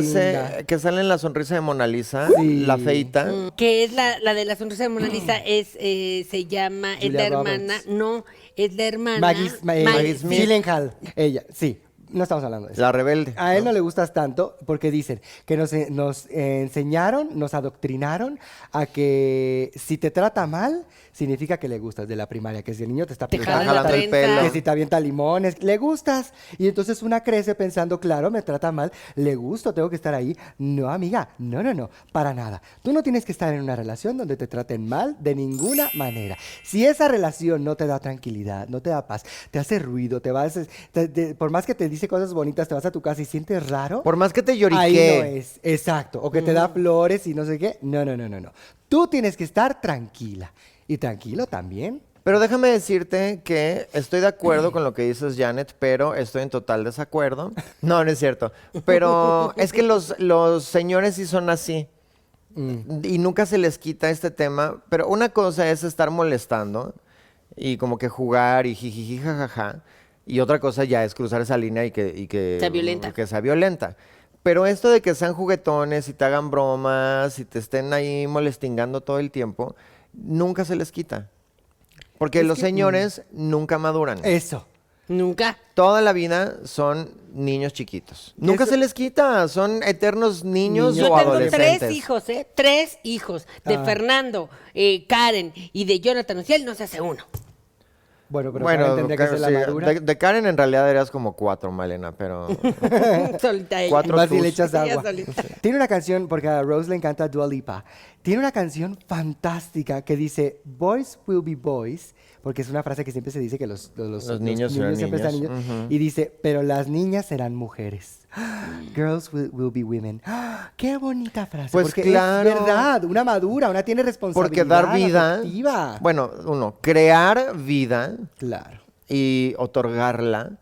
[SPEAKER 4] hace, que sale en la sonrisa de Mona Lisa,
[SPEAKER 2] Sí. Mm.
[SPEAKER 4] la feita.
[SPEAKER 1] Que es la, la de la sonrisa de Mona Lisa, es, eh, se llama, es la
[SPEAKER 2] Julia
[SPEAKER 1] hermana,
[SPEAKER 2] Roberts.
[SPEAKER 1] no, es la hermana.
[SPEAKER 2] Maggie, Ma-
[SPEAKER 1] Maggie
[SPEAKER 2] eh, Maggie
[SPEAKER 1] Smith.
[SPEAKER 2] Gyllenhaal. Ella, sí. No estamos hablando de eso.
[SPEAKER 4] La rebelde.
[SPEAKER 2] A él no le gustas tanto porque dicen que nos, eh, nos eh, enseñaron, nos adoctrinaron a que si te trata mal, significa que le gustas de la primaria, que si el niño te está
[SPEAKER 1] Te
[SPEAKER 4] Está
[SPEAKER 1] jalan
[SPEAKER 2] pegando,
[SPEAKER 1] la
[SPEAKER 4] jalando el
[SPEAKER 1] trenza.
[SPEAKER 4] pelo.
[SPEAKER 2] que si te avienta limones, le gustas. Y entonces una crece pensando, claro, me trata mal, le gusto, tengo que estar ahí. No, amiga, no, no, no, para nada. Tú no tienes que estar en una relación donde te traten mal de ninguna manera. Si esa relación no te da tranquilidad, no te da paz, te hace ruido, te vas, te- te- por más que te dice cosas bonitas, te vas a tu casa y sientes raro.
[SPEAKER 4] Por más que te
[SPEAKER 2] Ahí no
[SPEAKER 4] llorique. Mm.
[SPEAKER 2] es, exacto. O que te da flores y no sé qué. No, no, no, no, no. Tú tienes que estar tranquila. Y tranquilo también.
[SPEAKER 4] Pero déjame decirte que estoy de acuerdo con lo que dices, Janet, pero estoy en total desacuerdo. No, no es cierto. Pero es que los, los señores sí son así.
[SPEAKER 1] Mm.
[SPEAKER 4] Y nunca se les quita este tema. Pero una cosa es estar molestando y como que jugar y jijiji, jajaja. Y otra cosa ya es cruzar esa línea y que, y que,
[SPEAKER 1] Sea violenta.
[SPEAKER 4] que sea violenta. Pero esto de que sean juguetones y te hagan bromas y te estén ahí molestingando todo el tiempo, nunca se les quita. Porque los señores
[SPEAKER 2] mm.
[SPEAKER 4] nunca maduran.
[SPEAKER 2] Eso.
[SPEAKER 1] Nunca.
[SPEAKER 4] Toda la vida son niños chiquitos. Nunca
[SPEAKER 2] Eso-
[SPEAKER 4] se les quita, son eternos niños
[SPEAKER 1] Yo
[SPEAKER 4] o
[SPEAKER 1] tengo
[SPEAKER 4] adolescentes.
[SPEAKER 1] tres hijos, ¿eh? Tres hijos. De
[SPEAKER 2] Ah.
[SPEAKER 1] Fernando, eh, Karen y de Jonathan Uciel no se hace uno.
[SPEAKER 2] Bueno, pero
[SPEAKER 4] bueno,
[SPEAKER 2] Karen tendría que
[SPEAKER 4] Karen,
[SPEAKER 2] ser la
[SPEAKER 4] sí,
[SPEAKER 2] madura.
[SPEAKER 4] de, de Karen en realidad eras como cuatro, Malena, pero
[SPEAKER 2] Pues
[SPEAKER 1] Solita ella.
[SPEAKER 4] Cuatro
[SPEAKER 2] Más bien
[SPEAKER 4] sus.
[SPEAKER 2] le echas
[SPEAKER 1] Ella
[SPEAKER 2] agua.
[SPEAKER 1] solita.
[SPEAKER 2] Tiene una canción, porque a Rose le encanta Dua Lipa. Tiene una canción fantástica que dice, boys will be boys, porque es una frase que siempre se dice que los, los- los-
[SPEAKER 4] Los niños serán
[SPEAKER 2] siempre están
[SPEAKER 4] niños.
[SPEAKER 2] niños. Y dice, pero las niñas serán mujeres. Girls will, will be women. ¡Qué bonita frase!
[SPEAKER 4] Pues
[SPEAKER 2] porque
[SPEAKER 4] claro.
[SPEAKER 2] es verdad, una madura, una tiene responsabilidad
[SPEAKER 4] porque dar vida,
[SPEAKER 2] afectiva.
[SPEAKER 4] bueno, uno, crear vida
[SPEAKER 2] Claro.
[SPEAKER 4] y otorgarla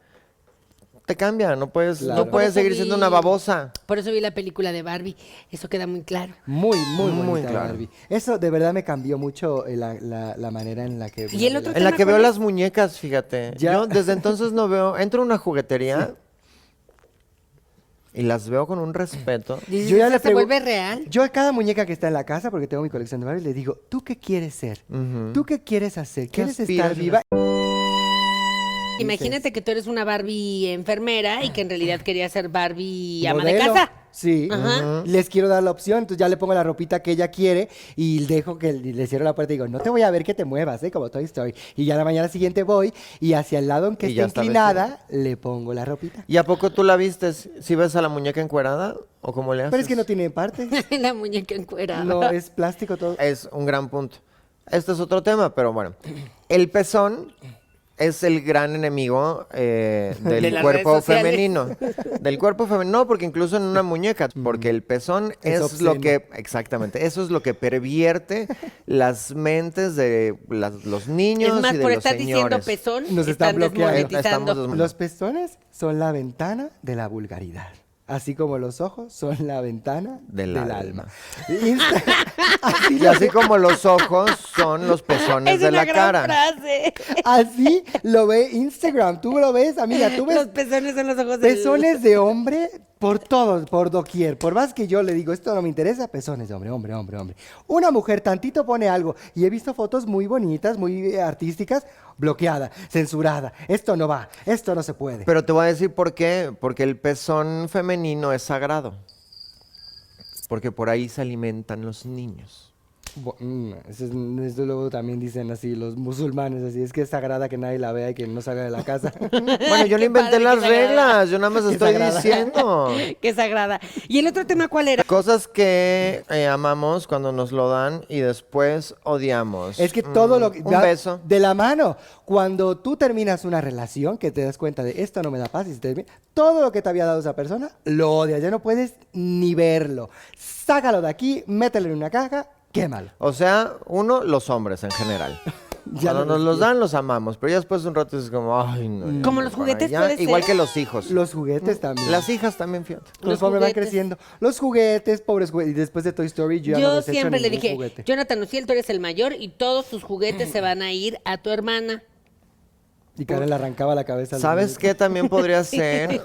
[SPEAKER 4] te cambia, no puedes
[SPEAKER 2] Claro.
[SPEAKER 4] no
[SPEAKER 1] Por
[SPEAKER 4] puedes
[SPEAKER 1] eso
[SPEAKER 4] seguir
[SPEAKER 1] vi-
[SPEAKER 4] siendo una babosa.
[SPEAKER 1] Por eso vi la película de Barbie. Eso queda muy claro.
[SPEAKER 2] Muy, muy,
[SPEAKER 4] Muy
[SPEAKER 2] bonita,
[SPEAKER 4] claro.
[SPEAKER 2] Barbie. Eso de verdad me cambió mucho eh, la, la- la manera en la que...
[SPEAKER 1] Y el otro
[SPEAKER 4] En la
[SPEAKER 1] tema
[SPEAKER 4] que veo
[SPEAKER 1] cuál es?
[SPEAKER 4] las muñecas, fíjate.
[SPEAKER 2] Ya.
[SPEAKER 4] Yo desde entonces no veo, entro a una juguetería y las veo con un respeto.
[SPEAKER 1] Dices,
[SPEAKER 2] Yo ya
[SPEAKER 1] "Eso
[SPEAKER 2] le
[SPEAKER 1] se
[SPEAKER 2] pregu-
[SPEAKER 1] vuelve real.
[SPEAKER 2] Yo a cada muñeca que está en la casa, porque tengo mi colección de Barbie, le digo, ¿tú qué quieres ser? ¿Tú qué quieres hacer? ¿Quieres estar
[SPEAKER 4] aspiras?
[SPEAKER 2] viva?
[SPEAKER 1] Imagínate que tú eres una Barbie enfermera y que en realidad quería ser Barbie ama de
[SPEAKER 2] Modelo.
[SPEAKER 1] casa.
[SPEAKER 2] Sí.
[SPEAKER 1] Ajá.
[SPEAKER 2] Les quiero dar la opción, entonces ya le pongo la ropita que ella quiere y dejo que le cierro la puerta y digo, no te voy a ver que te muevas, ¿eh? Como Toy Story. Y ya la mañana siguiente voy y hacia el lado en que
[SPEAKER 4] Y
[SPEAKER 2] esté
[SPEAKER 4] ya está
[SPEAKER 2] inclinada, le pongo la ropita.
[SPEAKER 4] ¿Y a poco tú la vistes? ¿Si ves a la muñeca encuerada o cómo le haces?
[SPEAKER 2] Pero es que no tiene parte.
[SPEAKER 1] la muñeca encuerada.
[SPEAKER 2] No, es plástico todo.
[SPEAKER 4] Es un gran punto. Este es otro tema, pero bueno. El pezón es el gran enemigo eh, del
[SPEAKER 1] De las
[SPEAKER 4] cuerpo
[SPEAKER 1] redes sociales.
[SPEAKER 4] femenino. Del cuerpo femenino, no, porque incluso en una muñeca, porque el pezón
[SPEAKER 2] Es
[SPEAKER 4] es,
[SPEAKER 2] obsceno.
[SPEAKER 4] lo que, exactamente, eso es lo que pervierte las mentes de las- los niños
[SPEAKER 1] Es más,
[SPEAKER 4] y de
[SPEAKER 1] por
[SPEAKER 4] los
[SPEAKER 1] estar diciendo
[SPEAKER 4] señores.
[SPEAKER 1] pezón,
[SPEAKER 2] Nos están
[SPEAKER 1] están
[SPEAKER 2] bloqueando.
[SPEAKER 1] desmonetizando.
[SPEAKER 4] Estamos
[SPEAKER 2] Los pezones son la ventana de la vulgaridad. Así como los ojos son la ventana del,
[SPEAKER 4] Del
[SPEAKER 2] alma.
[SPEAKER 4] alma.
[SPEAKER 2] Insta- así,
[SPEAKER 4] Y así como los ojos son los pezones
[SPEAKER 1] Es
[SPEAKER 4] de
[SPEAKER 1] una
[SPEAKER 4] la
[SPEAKER 1] gran
[SPEAKER 4] cara.
[SPEAKER 1] frase.
[SPEAKER 2] así lo ve Instagram. Tú lo ves, amiga. Tú
[SPEAKER 1] Los
[SPEAKER 2] ves
[SPEAKER 1] pezones son los ojos del...
[SPEAKER 2] pezones de hombre por todo, por doquier. Por más que yo le digo, esto no me interesa, pezones de hombre, hombre, hombre, hombre. Una mujer tantito pone algo y he visto fotos muy bonitas, muy eh, artísticas, bloqueada, censurada. Esto no va, esto no se puede.
[SPEAKER 4] Pero te voy a decir por qué. Porque el pezón femenino es sagrado. Porque por ahí se alimentan los niños.
[SPEAKER 2] Bu- mm, eso es- eso luego también dicen así los musulmanes, así es que es sagrada que nadie la vea y que no salga de la casa.
[SPEAKER 4] Bueno, yo
[SPEAKER 1] Qué
[SPEAKER 4] le inventé
[SPEAKER 1] padre,
[SPEAKER 4] las
[SPEAKER 1] qué sagrado.
[SPEAKER 4] reglas. Yo nada más
[SPEAKER 2] Qué
[SPEAKER 4] estoy
[SPEAKER 2] sagrado.
[SPEAKER 4] diciendo.
[SPEAKER 1] Qué sagrada. ¿Y el otro tema cuál era?
[SPEAKER 4] Cosas que eh, amamos cuando nos lo dan y después odiamos.
[SPEAKER 2] es que todo
[SPEAKER 4] Mm,
[SPEAKER 2] lo que...
[SPEAKER 4] Un
[SPEAKER 2] va
[SPEAKER 4] beso.
[SPEAKER 2] De la mano. Cuando tú terminas una relación, que te das cuenta de esto no me da paz y se termina, todo lo que te había dado esa persona, lo odias, ya no puedes ni verlo. Sácalo de aquí, mételo en una caja, quémalo.
[SPEAKER 4] O sea, uno, los hombres en general.
[SPEAKER 2] Ya
[SPEAKER 4] cuando
[SPEAKER 2] no
[SPEAKER 4] nos
[SPEAKER 2] los
[SPEAKER 4] los dan, los amamos. Pero ya después de un rato es como, ay, no. ya
[SPEAKER 1] Mm. Como
[SPEAKER 4] no,
[SPEAKER 1] los
[SPEAKER 4] para
[SPEAKER 1] juguetes
[SPEAKER 4] allá.
[SPEAKER 1] puede
[SPEAKER 4] Igual
[SPEAKER 1] ser.
[SPEAKER 4] que los hijos.
[SPEAKER 2] Los juguetes también.
[SPEAKER 4] Mm, Las hijas también, fíjate.
[SPEAKER 1] Los
[SPEAKER 2] los hombres van
[SPEAKER 1] juguetes.
[SPEAKER 2] creciendo. Los juguetes, pobres juguetes. Y después de Toy Story, yo, ya no
[SPEAKER 1] Yo
[SPEAKER 2] desecho
[SPEAKER 1] siempre le
[SPEAKER 2] ningún
[SPEAKER 1] dije,
[SPEAKER 2] juguete.
[SPEAKER 1] Jonathan Uciel, tú eres el mayor y todos tus juguetes se van a ir a tu hermana.
[SPEAKER 2] Y Karen le arrancaba la cabeza. al
[SPEAKER 4] ¿Sabes
[SPEAKER 2] niño.
[SPEAKER 4] qué también podría ser?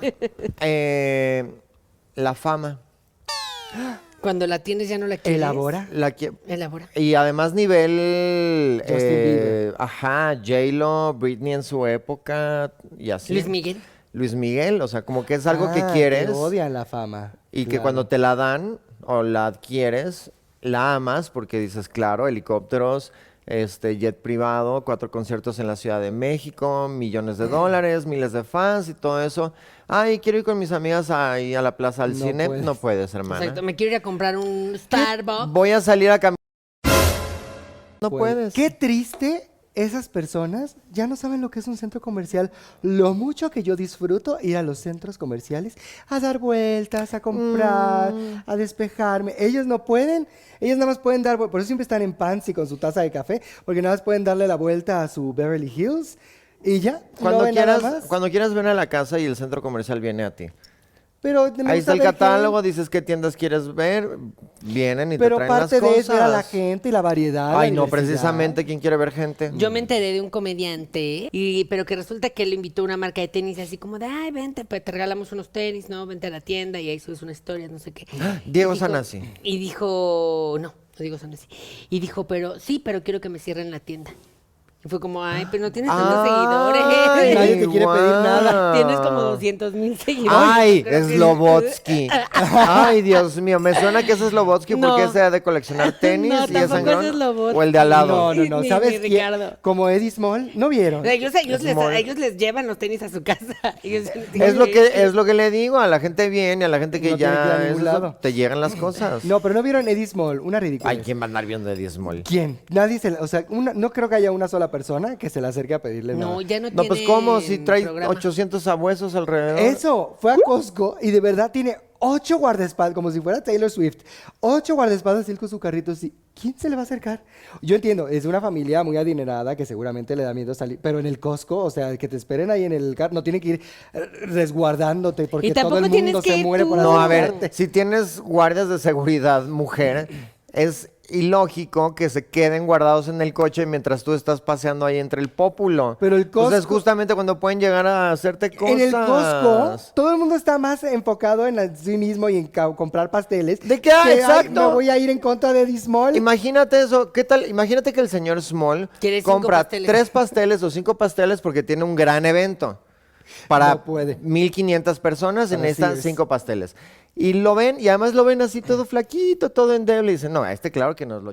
[SPEAKER 4] Eh, la fama.
[SPEAKER 1] Cuando la tienes ya no la quieres.
[SPEAKER 2] Elabora.
[SPEAKER 4] La que-
[SPEAKER 1] Elabora.
[SPEAKER 4] y además nivel...
[SPEAKER 2] Justin
[SPEAKER 4] eh, ajá, J-Lo, Britney en su época y así.
[SPEAKER 1] Luis Miguel.
[SPEAKER 4] Luis Miguel, o sea, como que es algo
[SPEAKER 2] Ah,
[SPEAKER 4] que quieres
[SPEAKER 2] odian la fama.
[SPEAKER 4] y que
[SPEAKER 2] Claro.
[SPEAKER 4] cuando te la dan o la adquieres, la amas porque dices, claro, helicópteros, este jet privado, cuatro conciertos en la Ciudad de México, millones de dólares, miles de fans y todo eso. Ay, quiero ir con mis amigas ahí a la plaza al
[SPEAKER 2] No
[SPEAKER 4] cine.
[SPEAKER 2] puedes.
[SPEAKER 4] No puedes, hermana.
[SPEAKER 1] Exacto, me quiero ir a comprar un Starbucks.
[SPEAKER 4] Voy a salir a caminar. No
[SPEAKER 2] Puede- Pues,
[SPEAKER 4] puedes.
[SPEAKER 2] Qué triste. Esas personas ya no saben lo que es un centro comercial. Lo mucho que yo disfruto ir a los centros comerciales a dar vueltas, a comprar,
[SPEAKER 4] Mm.
[SPEAKER 2] a despejarme. Ellos no pueden. Ellos nada más pueden dar. vu- Por eso siempre están en pants y con su taza de café, porque nada más pueden darle la vuelta a su Beverly Hills y ya. no
[SPEAKER 4] Cuando
[SPEAKER 2] ven nada
[SPEAKER 4] quieras,
[SPEAKER 2] más.
[SPEAKER 4] cuando quieras ven a la casa y el centro comercial viene a ti.
[SPEAKER 2] Pero me gusta
[SPEAKER 4] Ahí está el
[SPEAKER 2] ver gente.
[SPEAKER 4] catálogo, dices qué tiendas quieres ver, vienen y
[SPEAKER 2] Pero
[SPEAKER 4] te traen las
[SPEAKER 2] parte
[SPEAKER 4] cosas.
[SPEAKER 2] de eso era la gente y la variedad.
[SPEAKER 4] Ay,
[SPEAKER 2] la
[SPEAKER 4] no,
[SPEAKER 2] diversidad.
[SPEAKER 4] precisamente, ¿quién quiere ver gente?
[SPEAKER 1] Yo me enteré de un comediante, y, pero que resulta que le invitó a una marca de tenis así como de, ay, vente, pues te regalamos unos tenis, ¿no? Vente a la tienda y ahí subes una historia, no sé qué.
[SPEAKER 4] Diego
[SPEAKER 1] Y dijo-
[SPEAKER 4] Sanasi.
[SPEAKER 1] Y dijo, no, no digo Sanasi. Y dijo, pero sí, pero quiero que me cierren la tienda. Y fue como, ay, pero no tienes tantos
[SPEAKER 4] Ay,
[SPEAKER 1] seguidores.
[SPEAKER 2] Nadie te quiere pedir nada.
[SPEAKER 1] Tienes como 200 mil seguidores.
[SPEAKER 4] Ay,
[SPEAKER 1] Creo que-
[SPEAKER 4] Slobotsky. Ay, Dios mío, me suena que es Slobotsky porque
[SPEAKER 1] No.
[SPEAKER 4] ese ha de coleccionar tenis
[SPEAKER 1] No,
[SPEAKER 4] y es
[SPEAKER 1] tampoco es
[SPEAKER 4] sangrón.
[SPEAKER 1] Slobotsky.
[SPEAKER 4] o el de al lado.
[SPEAKER 2] No, no, no.
[SPEAKER 1] Ni-
[SPEAKER 2] ¿Sabes
[SPEAKER 1] ni
[SPEAKER 2] quién?
[SPEAKER 1] Ricardo.
[SPEAKER 2] Como Eddie Small, ¿no vieron?
[SPEAKER 1] O sea, ellos, ellos
[SPEAKER 4] Es
[SPEAKER 1] les,
[SPEAKER 4] muy-
[SPEAKER 1] ellos les llevan los tenis a su casa. Ellos-
[SPEAKER 4] Es lo que es lo que le digo a la gente bien y a la gente que
[SPEAKER 2] No tiene que ir a
[SPEAKER 4] ya
[SPEAKER 2] ningún
[SPEAKER 4] eso,
[SPEAKER 2] lado.
[SPEAKER 4] te llegan las cosas.
[SPEAKER 2] No, pues. pero no vieron Eddie Small, una ridícula.
[SPEAKER 4] Ay, ¿quién va a andar viendo de Small?
[SPEAKER 2] ¿Quién? Nadie se la- o sea, una- no creo que haya una sola persona que se le acerque a pedirle nada.
[SPEAKER 1] No, ya no,
[SPEAKER 4] No, pues cómo si
[SPEAKER 1] tienen
[SPEAKER 4] trae
[SPEAKER 1] programa.
[SPEAKER 4] 800 abuesos alrededor.
[SPEAKER 2] Eso, fue a Costco y de verdad tiene ocho guardaespaldas, como si fuera Taylor Swift. Ocho guardaespaldas y él con su carrito así. ¿Quién se le va a acercar? Yo entiendo, es de una familia muy adinerada que seguramente le da miedo salir, pero en el Costco, o sea, que te esperen ahí en el carro, no tiene que ir eh, resguardándote porque todo
[SPEAKER 1] tampoco
[SPEAKER 2] el
[SPEAKER 1] tienes
[SPEAKER 2] mundo
[SPEAKER 1] que
[SPEAKER 2] se
[SPEAKER 1] ir
[SPEAKER 2] muere
[SPEAKER 1] tú.
[SPEAKER 2] por
[SPEAKER 4] No, a
[SPEAKER 2] acercarte.
[SPEAKER 4] ver, si tienes guardias de seguridad, mujer, es ilógico que se queden guardados en el coche mientras tú estás paseando ahí entre el pópulo.
[SPEAKER 2] Pero el
[SPEAKER 4] Pues es
[SPEAKER 2] Costco-
[SPEAKER 4] justamente cuando pueden llegar a hacerte cosas.
[SPEAKER 2] En el Costco, todo el mundo está más enfocado en sí mismo y en ca- comprar pasteles.
[SPEAKER 4] ¿De qué? Ah,
[SPEAKER 2] que, ay,
[SPEAKER 4] exacto.
[SPEAKER 2] me voy a ir en contra de Dismol.
[SPEAKER 4] Imagínate eso, ¿qué tal? Imagínate que el señor Small
[SPEAKER 1] Quiere cinco
[SPEAKER 4] compra
[SPEAKER 1] pasteles.
[SPEAKER 4] tres pasteles o cinco pasteles porque tiene un gran evento para
[SPEAKER 2] No puede.
[SPEAKER 4] 1500 personas y
[SPEAKER 2] Así
[SPEAKER 4] necesitan
[SPEAKER 2] es.
[SPEAKER 4] cinco pasteles. Y lo ven, y además lo ven así todo flaquito, todo endeble, y dicen, no, a este claro que nos lo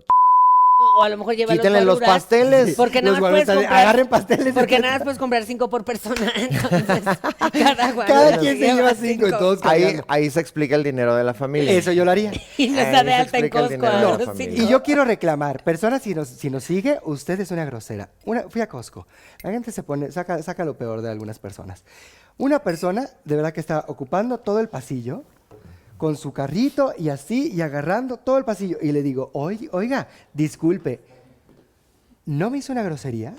[SPEAKER 1] O a lo mejor lleva
[SPEAKER 4] Quítenle los
[SPEAKER 1] guaruras,
[SPEAKER 4] pasteles.
[SPEAKER 1] Porque nada
[SPEAKER 2] Los
[SPEAKER 1] más puedes
[SPEAKER 2] guaruras,
[SPEAKER 1] comprar,
[SPEAKER 2] agarren pasteles.
[SPEAKER 1] Porque nada más puedes comprar cinco por persona. Entonces, cada, guarura
[SPEAKER 2] Cada quien se lleva cinco y todos
[SPEAKER 4] Ahí,
[SPEAKER 2] cargando.
[SPEAKER 4] ahí se explica el dinero de la familia.
[SPEAKER 2] Eso yo lo haría.
[SPEAKER 1] Y nos
[SPEAKER 4] Ahí
[SPEAKER 1] da
[SPEAKER 4] se
[SPEAKER 1] de alta en
[SPEAKER 4] explica el
[SPEAKER 1] Costco.
[SPEAKER 4] dinero de
[SPEAKER 1] a
[SPEAKER 4] la
[SPEAKER 1] los
[SPEAKER 4] familia.
[SPEAKER 1] cinco.
[SPEAKER 2] Y yo quiero reclamar, personas, si nos, si nos sigue, usted es una grosera. Una, fui a Costco. La gente se pone, saca, saca lo peor de algunas personas. Una persona, de verdad, que está ocupando todo el pasillo con su carrito y así, y agarrando todo el pasillo. Y le digo, "Oy- oiga, disculpe, ¿no me hizo una grosería?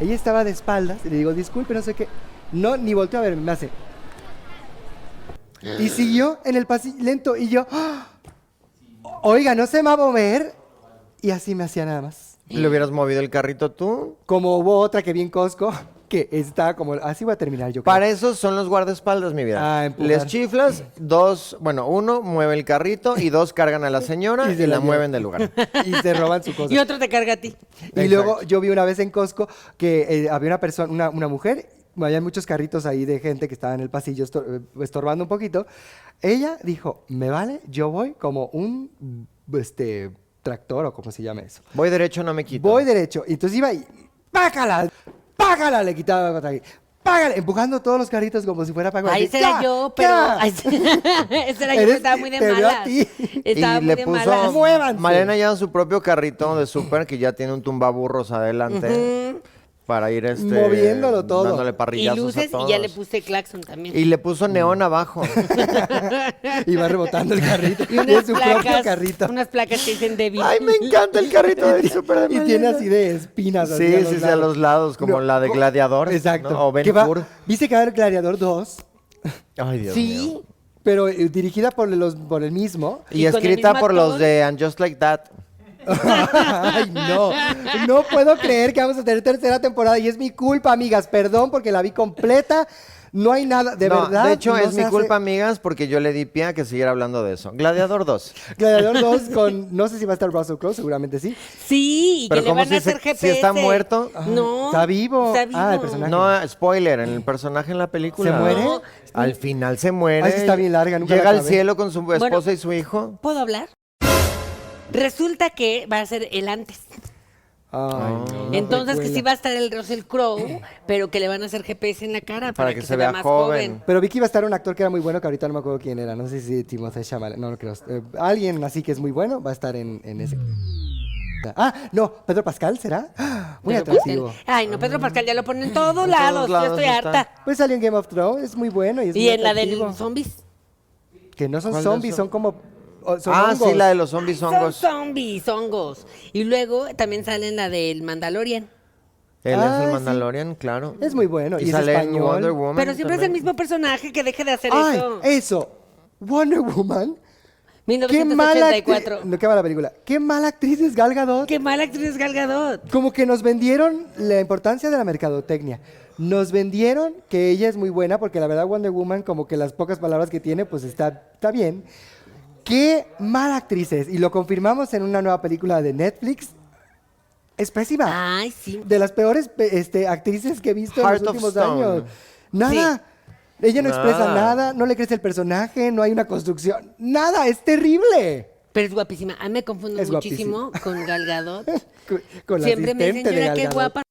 [SPEAKER 2] Ella estaba de espaldas y le digo, disculpe, no sé qué. No, ni volteó a verme, me hace. Y siguió en el pasillo lento y yo, "Ah, Oiga, no se me va a mover. Y así me hacía nada más.
[SPEAKER 4] ¿Le hubieras movido el carrito tú?
[SPEAKER 2] Como hubo otra que vi en Costco, que estaba como, así voy a terminar yo. creo.
[SPEAKER 4] Para eso son los guardaespaldas, mi vida.
[SPEAKER 2] Ah, empujar.
[SPEAKER 4] Les chiflas, dos, bueno, uno mueve el carrito y dos cargan a la señora
[SPEAKER 2] Y
[SPEAKER 4] y,
[SPEAKER 2] se la
[SPEAKER 4] la
[SPEAKER 2] llevan.
[SPEAKER 4] mueven del lugar.
[SPEAKER 2] Y se roban su cosa.
[SPEAKER 1] Y otro te carga a ti.
[SPEAKER 2] Y luego yo vi una vez en Costco que eh, había una persona, una, una mujer, había muchos carritos ahí de gente que estaba en el pasillo estor- eh, estorbando un poquito. Ella dijo, me vale, yo voy como un, este, tractor o como se llame eso.
[SPEAKER 4] Voy derecho, no me quito.
[SPEAKER 2] Voy derecho. Y entonces iba y ¡pácala! ¡Pácala! Le quitaba contra aquí. ¡Pácala! Empujando todos los carritos como si fuera Paco.
[SPEAKER 1] Ahí
[SPEAKER 2] Así,
[SPEAKER 1] será
[SPEAKER 2] ¡ya!
[SPEAKER 1] yo, pero.
[SPEAKER 2] ¡ya!
[SPEAKER 1] Ay, ese era yo,
[SPEAKER 2] Eres-
[SPEAKER 1] pero estaba muy de
[SPEAKER 2] te veo a
[SPEAKER 1] malas.
[SPEAKER 2] ti.
[SPEAKER 1] Estaba
[SPEAKER 4] y
[SPEAKER 1] muy
[SPEAKER 4] le
[SPEAKER 1] de
[SPEAKER 4] puso,
[SPEAKER 1] malas.
[SPEAKER 2] ¡Muévanse!
[SPEAKER 4] Malena lleva su propio carrito de súper que ya tiene un tumbaburros adelante para ir este,
[SPEAKER 2] Moviéndolo todo.
[SPEAKER 4] Dándole
[SPEAKER 1] Y
[SPEAKER 4] parrillazos
[SPEAKER 1] luces,
[SPEAKER 4] a todos.
[SPEAKER 1] y ya le puse claxon también.
[SPEAKER 4] Y le puso neón abajo.
[SPEAKER 2] Y va rebotando el carrito.
[SPEAKER 1] Y
[SPEAKER 2] y es su propio carrito.
[SPEAKER 1] Unas placas que dicen débil.
[SPEAKER 4] Ay, me encanta el carrito del súper de
[SPEAKER 2] Y
[SPEAKER 4] Malena.
[SPEAKER 2] tiene así de espinas. así
[SPEAKER 4] Sí, sí, sí, a los lados, como
[SPEAKER 2] No,
[SPEAKER 4] la de
[SPEAKER 2] co-
[SPEAKER 4] Gladiador. ¿no?
[SPEAKER 2] Exacto.
[SPEAKER 4] O Ben
[SPEAKER 2] Que va-
[SPEAKER 4] Hur.
[SPEAKER 2] Viste que va a haber Gladiador 2,
[SPEAKER 4] Ay, Dios mío.
[SPEAKER 1] Sí.
[SPEAKER 2] pero eh, dirigida por, los, por el mismo.
[SPEAKER 1] Y
[SPEAKER 4] Y,
[SPEAKER 1] con el
[SPEAKER 4] escrita
[SPEAKER 1] mismo
[SPEAKER 4] por los
[SPEAKER 1] actor.
[SPEAKER 4] de And Just Like That.
[SPEAKER 2] Ay, no. No puedo creer que vamos a tener tercera temporada y es mi culpa, amigas. Perdón porque la vi completa. No hay nada, de
[SPEAKER 4] No,
[SPEAKER 2] verdad.
[SPEAKER 4] De hecho,
[SPEAKER 2] no
[SPEAKER 4] es
[SPEAKER 2] se
[SPEAKER 4] mi
[SPEAKER 2] hace-
[SPEAKER 4] culpa, amigas, porque yo le di pie a que siguiera hablando de eso. Gladiador 2.
[SPEAKER 2] Gladiador 2 con, no sé si va a estar Russell Crowe, seguramente sí.
[SPEAKER 1] Sí, y
[SPEAKER 4] Pero
[SPEAKER 1] que le
[SPEAKER 4] ¿cómo
[SPEAKER 1] van
[SPEAKER 4] si
[SPEAKER 1] a
[SPEAKER 4] se-
[SPEAKER 1] hacer
[SPEAKER 4] si
[SPEAKER 1] GPS.
[SPEAKER 4] está muerto?
[SPEAKER 1] No.
[SPEAKER 2] Está vivo.
[SPEAKER 1] Está vivo.
[SPEAKER 2] Ah, el personaje.
[SPEAKER 4] No, eh, spoiler, en el personaje en la película.
[SPEAKER 2] ¿Se muere?
[SPEAKER 4] No. Al final se muere.
[SPEAKER 2] Ay, sí está bien larga, nunca la
[SPEAKER 4] Llega al
[SPEAKER 2] acabé.
[SPEAKER 4] cielo con su esposa
[SPEAKER 1] Bueno.
[SPEAKER 4] y su hijo.
[SPEAKER 1] ¿Puedo hablar? Resulta que va a ser el antes.
[SPEAKER 2] Ay, no, no,
[SPEAKER 1] Entonces que
[SPEAKER 2] precuela.
[SPEAKER 1] sí va a estar el Russell Crowe, pero que le van a hacer GPS en la cara para,
[SPEAKER 4] Para
[SPEAKER 1] que,
[SPEAKER 4] que
[SPEAKER 1] se,
[SPEAKER 4] se
[SPEAKER 1] vea más
[SPEAKER 4] vea joven.
[SPEAKER 1] joven.
[SPEAKER 2] Pero vi que iba a estar un actor que era muy bueno, que ahorita no me acuerdo quién era. No sé si Timothée Chalamet, no lo creo. Eh, alguien así que es muy bueno va a estar en, en ese. Ah, no, Pedro Pascal será. Ah, Muy
[SPEAKER 1] Pedro Pascal.
[SPEAKER 2] atractivo.
[SPEAKER 1] pues, Ay, no, Pedro Pascal ya lo pone en todos
[SPEAKER 4] En
[SPEAKER 1] lados.
[SPEAKER 4] todos lados
[SPEAKER 1] Yo estoy
[SPEAKER 4] está.
[SPEAKER 1] harta.
[SPEAKER 2] Pues salió en Game of Thrones, es muy bueno y es
[SPEAKER 1] Y
[SPEAKER 2] muy
[SPEAKER 1] en la de
[SPEAKER 2] atractivo.
[SPEAKER 1] los zombies.
[SPEAKER 2] Que no son
[SPEAKER 4] ¿Cuál de
[SPEAKER 2] zombies,
[SPEAKER 4] esos?
[SPEAKER 2] son como. o- son
[SPEAKER 4] Ah, sí,
[SPEAKER 2] hongos.
[SPEAKER 4] la de los zombies
[SPEAKER 1] Son
[SPEAKER 4] hongos.
[SPEAKER 1] zombies, hongos. Y luego también sale en la del Mandalorian.
[SPEAKER 4] Él
[SPEAKER 2] Ah,
[SPEAKER 4] es
[SPEAKER 2] sí.
[SPEAKER 4] el Mandalorian, claro.
[SPEAKER 2] Es muy bueno, y es
[SPEAKER 4] sale en
[SPEAKER 2] español.
[SPEAKER 4] Wonder Woman
[SPEAKER 1] Pero siempre es el
[SPEAKER 4] también.
[SPEAKER 1] mismo personaje que deje de hacer
[SPEAKER 2] Ay, eh,
[SPEAKER 1] eso.
[SPEAKER 2] eso. Wonder Woman. Qué mala, actriz,
[SPEAKER 1] 1984.
[SPEAKER 2] no, qué mala película. Qué mala actriz es Gal Gadot.
[SPEAKER 1] Qué mala actriz es Gal Gadot.
[SPEAKER 2] Como que nos vendieron la importancia de la mercadotecnia. Nos vendieron que ella es muy buena, porque la verdad Wonder Woman, como que las pocas palabras que tiene, pues está, está bien. Qué mala actriz es. Y lo confirmamos en una nueva película de Netflix. Es pésima.
[SPEAKER 1] Ay, sí.
[SPEAKER 2] De las peores pe- este, actrices que he visto
[SPEAKER 4] Heart
[SPEAKER 2] en los
[SPEAKER 4] of
[SPEAKER 2] últimos
[SPEAKER 4] Stone.
[SPEAKER 2] años. Nada. Ella no expresa
[SPEAKER 4] Nada.
[SPEAKER 2] nada, no le crece el personaje, no hay una construcción. Nada, es terrible.
[SPEAKER 1] Pero es guapísima. A mí me confundo
[SPEAKER 2] Es
[SPEAKER 1] muchísimo con Gal Gadot.
[SPEAKER 2] Con- Con la
[SPEAKER 1] Siempre me dicen,
[SPEAKER 2] asistente de
[SPEAKER 1] señora,
[SPEAKER 2] Gal
[SPEAKER 1] qué
[SPEAKER 2] Gadot.
[SPEAKER 1] guapa.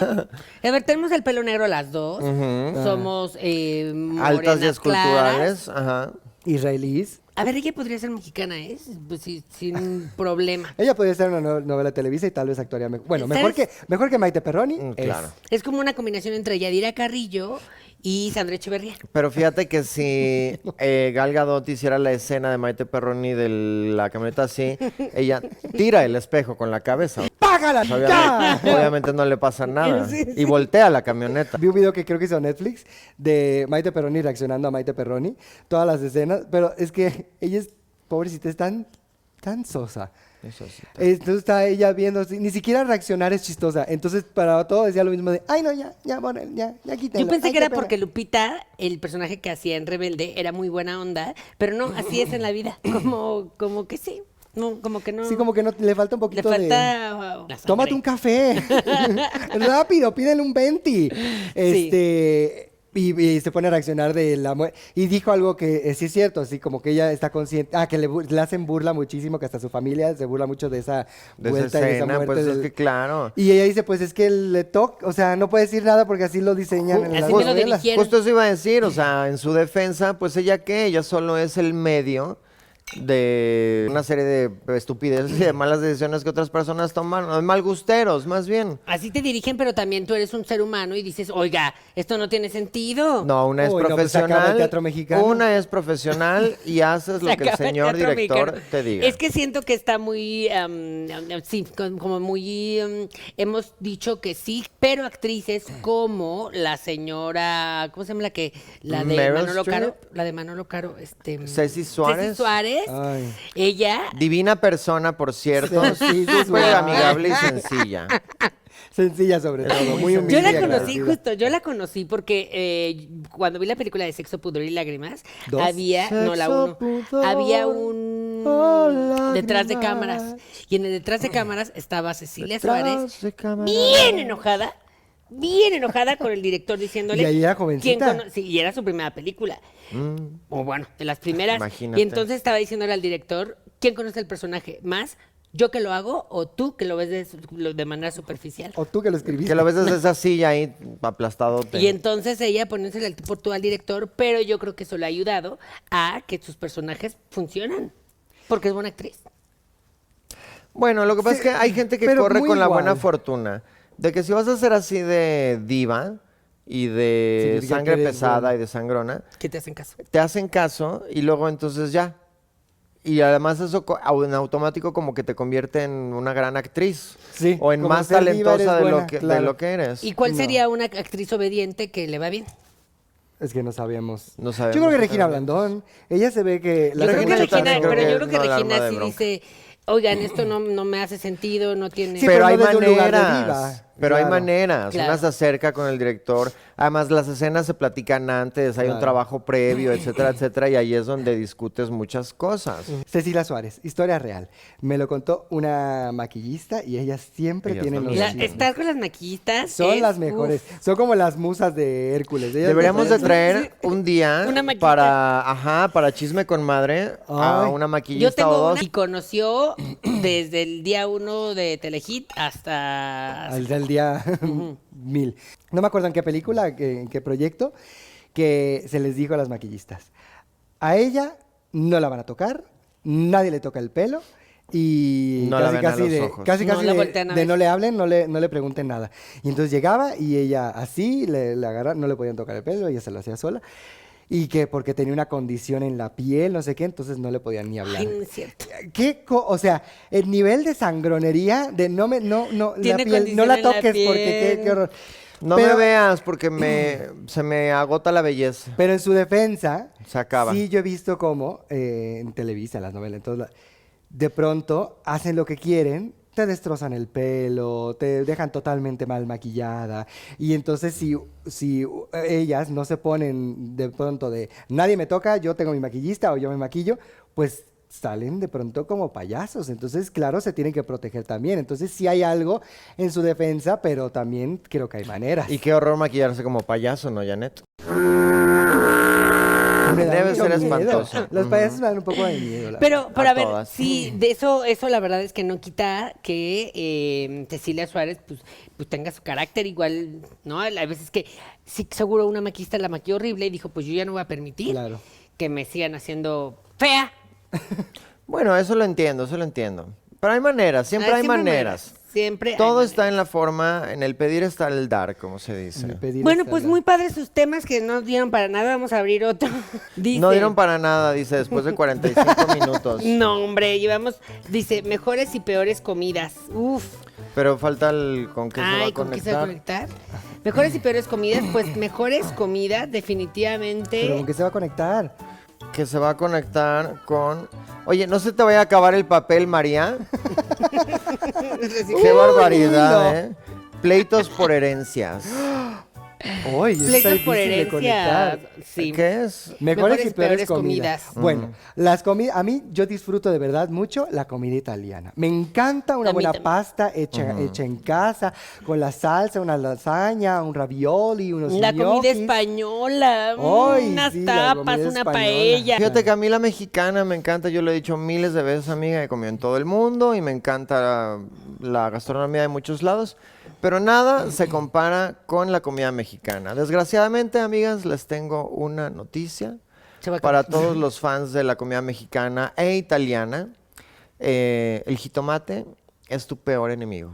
[SPEAKER 1] A ver, tenemos el pelo negro las dos. Ah. Somos eh,
[SPEAKER 4] Altas
[SPEAKER 1] morenas claras.
[SPEAKER 4] esculturales. Ajá.
[SPEAKER 2] Israelís.
[SPEAKER 1] A ver, ella podría ser mexicana, ¿eh? Pues sí, sin problema.
[SPEAKER 2] Ella podría ser una no- novela de Televisa y tal vez actuaría mejor. Bueno, mejor que,
[SPEAKER 1] ¿Sabes?
[SPEAKER 2] mejor que Maite Perroni.
[SPEAKER 4] Mm,
[SPEAKER 2] es.
[SPEAKER 4] claro.
[SPEAKER 1] Es como una combinación entre Yadira Carrillo y Sandra Echeverría.
[SPEAKER 4] Pero fíjate que si eh, Gal Gadot hiciera la escena de Maite Perroni de la camioneta así, ella tira el espejo con la cabeza. pues,
[SPEAKER 2] ¡Págala! ¡Ya!
[SPEAKER 4] Obviamente, obviamente no le pasa nada.
[SPEAKER 1] Sí,
[SPEAKER 4] Y voltea la camioneta.
[SPEAKER 2] Vi un video que creo que hizo Netflix de Maite Perroni reaccionando a Maite Perroni. Todas las escenas. Pero es que ella es, pobrecita, es tan, tan sosa. Entonces está ella viendo, así, ni siquiera reaccionar es chistosa. Entonces para todo decía lo mismo de, ay no, ya, ya, bueno, ya, ya quítalo.
[SPEAKER 1] Yo pensé
[SPEAKER 2] Ay,
[SPEAKER 1] que
[SPEAKER 2] qué
[SPEAKER 1] era
[SPEAKER 2] pena".
[SPEAKER 1] porque Lupita, el personaje que hacía en Rebelde, era muy buena onda, pero no, así es en la vida. Como, como que sí. No, como que no.
[SPEAKER 2] Sí, como que no, le falta un
[SPEAKER 1] Le
[SPEAKER 2] poquito de...
[SPEAKER 1] falta. uh,
[SPEAKER 2] Tómate un
[SPEAKER 1] sangre.
[SPEAKER 2] café. Rápido, pídele un venti. Este. Y, y se pone a reaccionar de la muerte. Y dijo algo que eh, sí es cierto, así como que ella está consciente. Ah, que le, bu- le hacen burla muchísimo, que hasta su familia se burla mucho de esa
[SPEAKER 4] De esa
[SPEAKER 2] vuelta y de esa
[SPEAKER 4] escena,
[SPEAKER 2] muerte.
[SPEAKER 4] pues, es
[SPEAKER 2] del-
[SPEAKER 4] que claro.
[SPEAKER 2] Y ella dice: Pues es que le toca, o sea, no puede decir nada porque así lo diseñan en
[SPEAKER 1] Así
[SPEAKER 2] la
[SPEAKER 1] me lo
[SPEAKER 2] novela.
[SPEAKER 1] dirigieron.
[SPEAKER 4] Justo eso iba a decir, o sea, en su defensa, pues ella qué, ella solo es el medio de una serie de estupideces y de malas decisiones que otras personas toman, malgusteros más bien.
[SPEAKER 1] Así te dirigen, pero también tú eres un ser humano y dices, oiga, esto no tiene sentido.
[SPEAKER 4] No, una es
[SPEAKER 2] Uy, no, pues, se acaba el
[SPEAKER 4] profesional.
[SPEAKER 2] teatro mexicano.
[SPEAKER 4] Una es profesional y haces
[SPEAKER 1] Se
[SPEAKER 4] lo que el
[SPEAKER 1] acaba
[SPEAKER 4] señor
[SPEAKER 1] teatro
[SPEAKER 4] director
[SPEAKER 1] mexicano.
[SPEAKER 4] te diga.
[SPEAKER 1] Es que siento que está muy, am, am, sí, con- como muy, am, hemos dicho que sí, pero actrices como la señora, ¿cómo se llama la que? La de
[SPEAKER 4] Meryl
[SPEAKER 1] Manolo Caro,
[SPEAKER 4] Streep.
[SPEAKER 1] la de Manolo Caro, este.
[SPEAKER 4] Ceci Suárez. Ah.
[SPEAKER 1] Ceci Suárez.
[SPEAKER 2] Ay.
[SPEAKER 1] Ella,
[SPEAKER 4] Divina persona, por cierto,
[SPEAKER 2] Sí, sí, sí,
[SPEAKER 4] súper
[SPEAKER 2] sí.
[SPEAKER 4] amigable y sencilla.
[SPEAKER 2] Sencilla, sobre todo. Muy humilde.
[SPEAKER 1] Yo
[SPEAKER 2] y
[SPEAKER 1] la conocí,
[SPEAKER 2] agradecida.
[SPEAKER 1] justo, yo la conocí porque eh, cuando vi la película de Sexo, Pudor y Lágrimas,
[SPEAKER 2] Dos.
[SPEAKER 1] había, no la uno,
[SPEAKER 2] Sexo, pudor
[SPEAKER 1] había un
[SPEAKER 2] o
[SPEAKER 1] detrás de
[SPEAKER 2] lágrimas.
[SPEAKER 1] cámaras. Y en el detrás de cámaras estaba Cecilia
[SPEAKER 4] Detrás
[SPEAKER 1] Suárez,
[SPEAKER 4] de cámaras.
[SPEAKER 1] bien enojada, bien enojada con el director diciéndole.
[SPEAKER 2] Y ahí era
[SPEAKER 1] "¿Quién
[SPEAKER 2] jovencita. Mm.
[SPEAKER 1] cono-?" Sí, y era su primera película. O bueno, de las primeras.
[SPEAKER 4] Imagínate.
[SPEAKER 1] Y entonces estaba diciéndole al director, ¿quién conoce el personaje más? ¿Yo que lo hago o tú que lo ves de, lo- de manera superficial?
[SPEAKER 2] O tú que lo escribiste.
[SPEAKER 4] Que lo ves desde esa silla ahí aplastado.
[SPEAKER 1] Y entonces ella poniéndose el por tú al director, pero yo creo que eso le ha ayudado a que sus personajes funcionan. Porque es buena actriz.
[SPEAKER 4] Bueno, lo que pasa es que hay gente que
[SPEAKER 2] pero
[SPEAKER 4] corre
[SPEAKER 2] muy
[SPEAKER 4] con la
[SPEAKER 2] igual.
[SPEAKER 4] buena fortuna. De que si vas a ser así de diva y de
[SPEAKER 2] Significa
[SPEAKER 4] sangre
[SPEAKER 2] que eres
[SPEAKER 4] pesada
[SPEAKER 2] buena.
[SPEAKER 4] y de sangrona,
[SPEAKER 1] Que te hacen caso.
[SPEAKER 4] te hacen caso y luego entonces ya. Y además eso co- au- en automático como que te convierte en una gran actriz.
[SPEAKER 2] Sí,
[SPEAKER 4] O en
[SPEAKER 2] como
[SPEAKER 4] más
[SPEAKER 2] ser diva
[SPEAKER 4] talentosa
[SPEAKER 2] eres
[SPEAKER 4] de, lo
[SPEAKER 2] buena,
[SPEAKER 4] que, de
[SPEAKER 2] claro.
[SPEAKER 4] lo que eres.
[SPEAKER 1] ¿Y cuál sería una actriz obediente que le va bien?
[SPEAKER 2] Es que no sabíamos.
[SPEAKER 4] No sabemos.
[SPEAKER 2] Yo creo que Regina Blandón, ella se ve que...
[SPEAKER 1] Yo
[SPEAKER 2] hace
[SPEAKER 1] creo que
[SPEAKER 2] mucho
[SPEAKER 1] Regina,
[SPEAKER 2] trabajo.
[SPEAKER 4] creo
[SPEAKER 1] pero
[SPEAKER 4] que
[SPEAKER 1] yo creo que
[SPEAKER 4] no la arma
[SPEAKER 1] Regina
[SPEAKER 4] de
[SPEAKER 1] sí
[SPEAKER 4] bronca.
[SPEAKER 1] dice, oigan, esto no, no me hace sentido, no tiene...
[SPEAKER 2] Sí, pero
[SPEAKER 4] pero hay
[SPEAKER 2] no desde un lugar de
[SPEAKER 4] maneras.
[SPEAKER 2] diva,
[SPEAKER 4] Pero hay
[SPEAKER 2] claro.
[SPEAKER 4] maneras.
[SPEAKER 1] Claro.
[SPEAKER 4] Una se acerca con el director. Además, las escenas se platican antes, hay un
[SPEAKER 2] Claro.
[SPEAKER 4] trabajo previo, etcétera, etcétera. Y ahí es donde discutes muchas cosas.
[SPEAKER 2] Cecilia Suárez, historia real. Me lo contó una maquillista y ella siempre
[SPEAKER 4] Ellas
[SPEAKER 2] tiene
[SPEAKER 4] son
[SPEAKER 2] los
[SPEAKER 1] La-
[SPEAKER 2] chismes.
[SPEAKER 1] estás con las maquillistas.
[SPEAKER 2] Son
[SPEAKER 1] es-
[SPEAKER 2] las mejores.
[SPEAKER 1] uf.
[SPEAKER 2] Son como las musas de Hércules. Ellas
[SPEAKER 4] Deberíamos de
[SPEAKER 2] no saben-
[SPEAKER 4] traer un día
[SPEAKER 1] Una maquita.
[SPEAKER 4] para, ajá, para chisme con madre a
[SPEAKER 2] Ay.
[SPEAKER 4] una
[SPEAKER 1] Yo
[SPEAKER 4] maquillista o
[SPEAKER 1] tengo
[SPEAKER 4] dos.
[SPEAKER 1] una y conoció desde el día uno de Telehit hasta...
[SPEAKER 2] Al del día mil. No me acuerdo en qué película, que- en qué proyecto, que se les dijo a las maquillistas. A ella no la van a tocar, nadie le toca el pelo y
[SPEAKER 4] No la
[SPEAKER 2] casi,
[SPEAKER 4] ven a
[SPEAKER 2] casi,
[SPEAKER 4] los
[SPEAKER 2] de,
[SPEAKER 4] ojos.
[SPEAKER 2] casi,
[SPEAKER 1] No
[SPEAKER 2] casi
[SPEAKER 1] la
[SPEAKER 2] de-
[SPEAKER 1] voltean a
[SPEAKER 2] de
[SPEAKER 1] ver.
[SPEAKER 2] no le hablen, no le, no le pregunten nada. Y entonces llegaba y ella así, le, le agarra- no le podían tocar el pelo, ella se lo hacía sola. Y que porque tenía una condición en la piel, no sé qué, entonces no le podían ni hablar.
[SPEAKER 1] Ay, no es cierto.
[SPEAKER 2] ¿Qué co- o sea, el nivel de sangronería de no me no no la
[SPEAKER 1] Tiene
[SPEAKER 2] piel, no
[SPEAKER 1] condición
[SPEAKER 2] la
[SPEAKER 1] en la
[SPEAKER 2] toques porque qué,
[SPEAKER 1] piel.
[SPEAKER 2] qué horror.
[SPEAKER 4] No
[SPEAKER 2] Pero-
[SPEAKER 4] me veas porque me, se me agota la belleza.
[SPEAKER 2] Pero en su defensa,
[SPEAKER 4] Se acaba.
[SPEAKER 2] sí yo he visto cómo eh, en Televisa, las novelas, entonces, de pronto hacen lo que quieren, te destrozan el pelo, te dejan totalmente mal maquillada. Y entonces si, si ellas no se ponen de pronto de nadie me toca, yo tengo mi maquillista o yo me maquillo, pues salen de pronto como payasos. Entonces, claro, se tienen que proteger también. Entonces, sí hay algo en su defensa, pero también creo que hay maneras.
[SPEAKER 4] Y qué horror maquillarse como payaso, ¿no, Janet?
[SPEAKER 2] Me da
[SPEAKER 4] Ah, Debe
[SPEAKER 2] mucho
[SPEAKER 4] ser
[SPEAKER 2] miedo.
[SPEAKER 4] espantoso.
[SPEAKER 2] Los payasos me dan un poco de miedo. la
[SPEAKER 1] Pero, pero
[SPEAKER 4] A
[SPEAKER 1] a ver,
[SPEAKER 4] todas.
[SPEAKER 1] sí, de eso, eso la verdad es que no quita que eh, Cecilia Suárez pues, pues tenga su carácter igual, ¿no? A veces que sí, seguro una maquista la maquilló horrible y dijo, pues yo ya no voy a permitir
[SPEAKER 2] Claro.
[SPEAKER 1] que me sigan haciendo fea.
[SPEAKER 4] Bueno, eso lo entiendo, eso lo entiendo. Pero hay maneras, siempre
[SPEAKER 1] Ah,
[SPEAKER 4] hay maneras.
[SPEAKER 1] Siempre. hay
[SPEAKER 4] Todo
[SPEAKER 1] maneras.
[SPEAKER 4] está en la forma, en el pedir está el dar, como se dice.
[SPEAKER 2] Me pedí
[SPEAKER 1] Bueno,
[SPEAKER 2] la
[SPEAKER 1] pues
[SPEAKER 2] sala.
[SPEAKER 1] muy padres sus temas que no dieron para nada. Vamos a abrir otro. Dice,
[SPEAKER 4] No dieron para nada, dice, después de 45 minutos.
[SPEAKER 1] No, hombre, llevamos, dice, mejores y peores comidas. Uf.
[SPEAKER 4] Pero falta el con qué se va
[SPEAKER 1] Ay,
[SPEAKER 4] a
[SPEAKER 1] ¿con qué se va a
[SPEAKER 4] conectar.
[SPEAKER 1] conectar? Mejores y peores comidas, pues mejores comidas, definitivamente.
[SPEAKER 2] Pero ¿con qué se va a conectar?
[SPEAKER 4] Que se va a conectar con... Oye, ¿no se te vaya a acabar el papel, María?
[SPEAKER 1] Uh,
[SPEAKER 4] ¡Qué barbaridad,
[SPEAKER 2] no.
[SPEAKER 4] eh! Pleitos por herencias.
[SPEAKER 2] Uy, está
[SPEAKER 1] Pleitos por
[SPEAKER 2] difícil de
[SPEAKER 1] herencia.
[SPEAKER 2] conectar.
[SPEAKER 1] Sí.
[SPEAKER 4] ¿Qué es?
[SPEAKER 2] Mejores y peores comidas. Bueno, las comidas, a mí yo disfruto de verdad mucho la comida italiana. Me encanta una
[SPEAKER 1] A mí
[SPEAKER 2] buena
[SPEAKER 1] también.
[SPEAKER 2] pasta hecha, hecha en casa, con la salsa, una lasaña, un ravioli, unos
[SPEAKER 1] La comida
[SPEAKER 2] gnocchis.
[SPEAKER 1] española, mm,
[SPEAKER 2] Ay,
[SPEAKER 1] unas
[SPEAKER 2] sí, la comida
[SPEAKER 1] tapas, una
[SPEAKER 2] española.
[SPEAKER 1] paella.
[SPEAKER 4] Fíjate que a mí la mexicana me encanta, yo lo he dicho miles de veces, amiga, he comido en todo el mundo y me encanta la gastronomía de muchos lados, pero nada se compara con la comida mexicana. Desgraciadamente, amigas, les tengo una noticia
[SPEAKER 1] Se va a
[SPEAKER 4] para
[SPEAKER 1] acabar.
[SPEAKER 4] todos los fans de la comida mexicana e italiana. Eh, el jitomate es tu peor enemigo.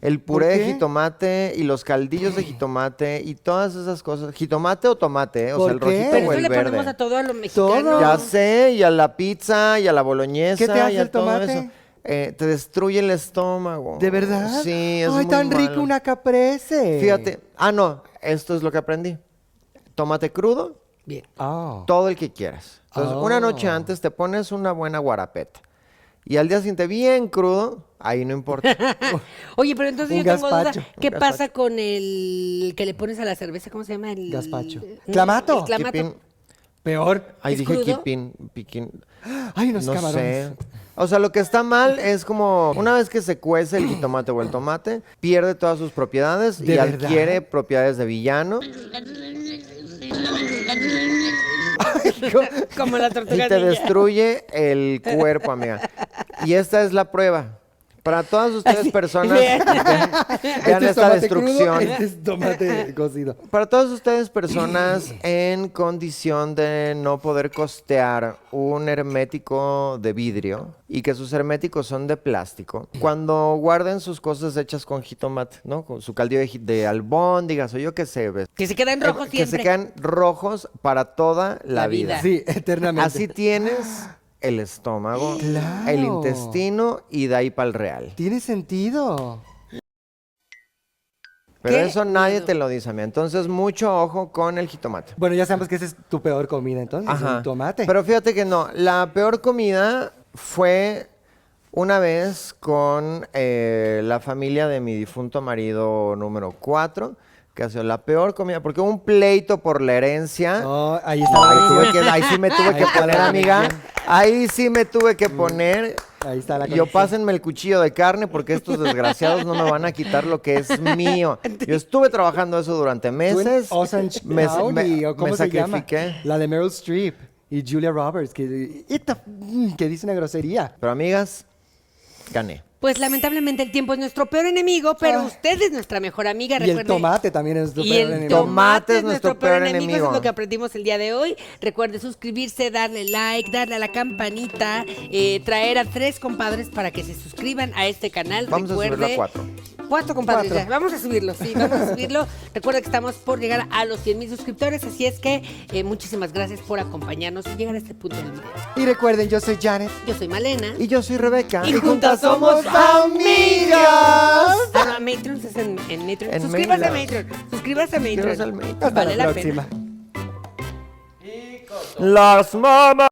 [SPEAKER 4] El puré de
[SPEAKER 2] qué?
[SPEAKER 4] jitomate y los caldillos de jitomate y todas esas cosas. Jitomate o tomate, eh, o
[SPEAKER 2] ¿Por
[SPEAKER 4] sea, el
[SPEAKER 2] qué?
[SPEAKER 4] rojito
[SPEAKER 1] Pero eso
[SPEAKER 4] o el
[SPEAKER 1] le
[SPEAKER 4] verde.
[SPEAKER 1] ponemos a todo a los mexicanos.
[SPEAKER 4] Ya sé, y a la pizza, y a la boloñesa,
[SPEAKER 2] ¿Qué te hace
[SPEAKER 4] y a
[SPEAKER 2] el
[SPEAKER 4] todo
[SPEAKER 2] tomate?
[SPEAKER 4] eso. Eh, te destruye el estómago.
[SPEAKER 2] ¿De verdad?
[SPEAKER 4] Sí, es
[SPEAKER 2] Ay,
[SPEAKER 4] muy
[SPEAKER 2] tan rico
[SPEAKER 4] malo.
[SPEAKER 2] una caprese.
[SPEAKER 4] Fíjate, ah, no, esto es lo que aprendí. Tomate crudo,
[SPEAKER 1] Bien.
[SPEAKER 2] Ah.
[SPEAKER 4] todo el que quieras. Entonces, una
[SPEAKER 2] Oh.
[SPEAKER 4] noche antes te pones una buena guarapeta. Y al día siguiente, bien crudo, ahí no importa.
[SPEAKER 1] Oye, pero entonces
[SPEAKER 2] Un
[SPEAKER 1] yo tengo duda.
[SPEAKER 2] gazpacho.
[SPEAKER 1] ¿Qué
[SPEAKER 4] Un
[SPEAKER 1] pasa con el que le pones a la cerveza? ¿Cómo se llama? El
[SPEAKER 2] Gazpacho.
[SPEAKER 1] No,
[SPEAKER 2] Clamato.
[SPEAKER 1] el clamato.
[SPEAKER 4] Kipín.
[SPEAKER 2] Peor.
[SPEAKER 4] Ahí
[SPEAKER 1] ¿Es
[SPEAKER 4] dije
[SPEAKER 1] crudo?
[SPEAKER 4] kipín, piquín.
[SPEAKER 2] Ay, unos
[SPEAKER 4] No
[SPEAKER 2] camarones.
[SPEAKER 4] sé. O sea, lo que está mal es como una vez que se cuece el jitomate o el tomate, pierde todas sus propiedades y
[SPEAKER 2] ¿De verdad?
[SPEAKER 4] adquiere propiedades de villano
[SPEAKER 1] Como la
[SPEAKER 4] y
[SPEAKER 1] tortuga
[SPEAKER 4] te
[SPEAKER 1] ninja.
[SPEAKER 4] destruye el cuerpo, amiga. Y esta es la prueba. Para todas ustedes
[SPEAKER 1] Así,
[SPEAKER 4] personas,
[SPEAKER 1] vean.
[SPEAKER 4] vean,
[SPEAKER 2] Este
[SPEAKER 4] vean
[SPEAKER 2] es
[SPEAKER 4] esta
[SPEAKER 2] tomate crudo,
[SPEAKER 4] destrucción.
[SPEAKER 2] este es tomate cocido.
[SPEAKER 4] Para todas ustedes personas en condición de no poder costear un hermético de vidrio y que sus herméticos son de plástico, cuando guarden sus cosas hechas con jitomate, ¿no? Con su caldillo de, ji- de albóndigas o yo qué sé, ¿ves?
[SPEAKER 1] Que se queda en rojo
[SPEAKER 4] Eh, que
[SPEAKER 1] siempre.
[SPEAKER 4] se quedan rojos para toda la,
[SPEAKER 1] La
[SPEAKER 4] vida.
[SPEAKER 1] vida.
[SPEAKER 2] Sí, eternamente.
[SPEAKER 4] Así tienes el estómago,
[SPEAKER 2] Claro.
[SPEAKER 4] el intestino y de ahí para el real.
[SPEAKER 2] Tiene sentido.
[SPEAKER 4] Pero
[SPEAKER 1] Qué
[SPEAKER 4] eso nadie
[SPEAKER 1] miedo.
[SPEAKER 4] te lo dice a mí. Entonces, mucho ojo con el jitomate.
[SPEAKER 2] Bueno, ya sabemos que esa es tu peor comida, entonces.
[SPEAKER 4] Ajá.
[SPEAKER 2] Un tomate.
[SPEAKER 4] Pero fíjate que no. La peor comida fue una vez con eh, la familia de mi difunto marido número 4, que ha sido la peor comida, porque hubo un pleito por la herencia.
[SPEAKER 2] No, ahí
[SPEAKER 4] No,
[SPEAKER 2] estaba.
[SPEAKER 4] ahí,
[SPEAKER 2] la
[SPEAKER 4] tuve
[SPEAKER 2] conexión.
[SPEAKER 4] que- ahí sí me tuve
[SPEAKER 2] Oh. Ahí
[SPEAKER 4] que
[SPEAKER 2] está la
[SPEAKER 4] poner, amiga.
[SPEAKER 2] conexión.
[SPEAKER 4] Ahí sí me tuve que poner.
[SPEAKER 2] Ahí está la
[SPEAKER 4] Yo
[SPEAKER 2] conexión.
[SPEAKER 4] pásenme el cuchillo de carne porque estos desgraciados no me van a quitar lo que es mío. Yo estuve trabajando eso durante
[SPEAKER 2] Tú en
[SPEAKER 4] meses.
[SPEAKER 2] Orange
[SPEAKER 4] Me-
[SPEAKER 2] County,
[SPEAKER 4] me-
[SPEAKER 2] o cómo
[SPEAKER 4] me
[SPEAKER 2] se llama.
[SPEAKER 4] sacrifiqué.
[SPEAKER 2] La de Meryl Streep y Julia Roberts, que, y ta- mm, que dice una grosería.
[SPEAKER 4] Pero amigas, gané.
[SPEAKER 1] Pues lamentablemente el tiempo es nuestro peor enemigo, pero
[SPEAKER 2] Ah.
[SPEAKER 1] usted es nuestra mejor amiga.
[SPEAKER 2] Y el
[SPEAKER 1] recuerde-
[SPEAKER 2] tomate también es tu
[SPEAKER 1] Y
[SPEAKER 2] peor
[SPEAKER 1] el
[SPEAKER 2] enemigo.
[SPEAKER 1] tomate es nuestro peor enemigo. Eso es lo que aprendimos el día de hoy. Recuerde suscribirse, darle like, darle a la campanita, eh, traer a tres compadres para que se suscriban a este canal.
[SPEAKER 4] Vamos a subirlo a
[SPEAKER 1] Recuerde-
[SPEAKER 4] cuatro.
[SPEAKER 1] supuesto, compadre.
[SPEAKER 2] Cuatro.
[SPEAKER 1] ya, Vamos a subirlo, sí, vamos a subirlo. Recuerda que estamos por llegar a los 100 mil suscriptores, así es que eh, muchísimas gracias por acompañarnos y llegar a este punto del video.
[SPEAKER 2] Y recuerden, yo soy Janet.
[SPEAKER 1] Yo soy Malena.
[SPEAKER 4] Y yo soy Rebeca.
[SPEAKER 1] Y juntas somos
[SPEAKER 4] amigas.
[SPEAKER 1] Ah, no, a Matrons es en, en Matrons.
[SPEAKER 4] En
[SPEAKER 1] Suscríbase a
[SPEAKER 4] Matrons.
[SPEAKER 1] Matron. Suscríbase a Matron.
[SPEAKER 4] al Matrons.
[SPEAKER 2] Hasta
[SPEAKER 1] Vale
[SPEAKER 2] la
[SPEAKER 1] la
[SPEAKER 2] próxima.
[SPEAKER 1] pena.
[SPEAKER 4] Las mamas.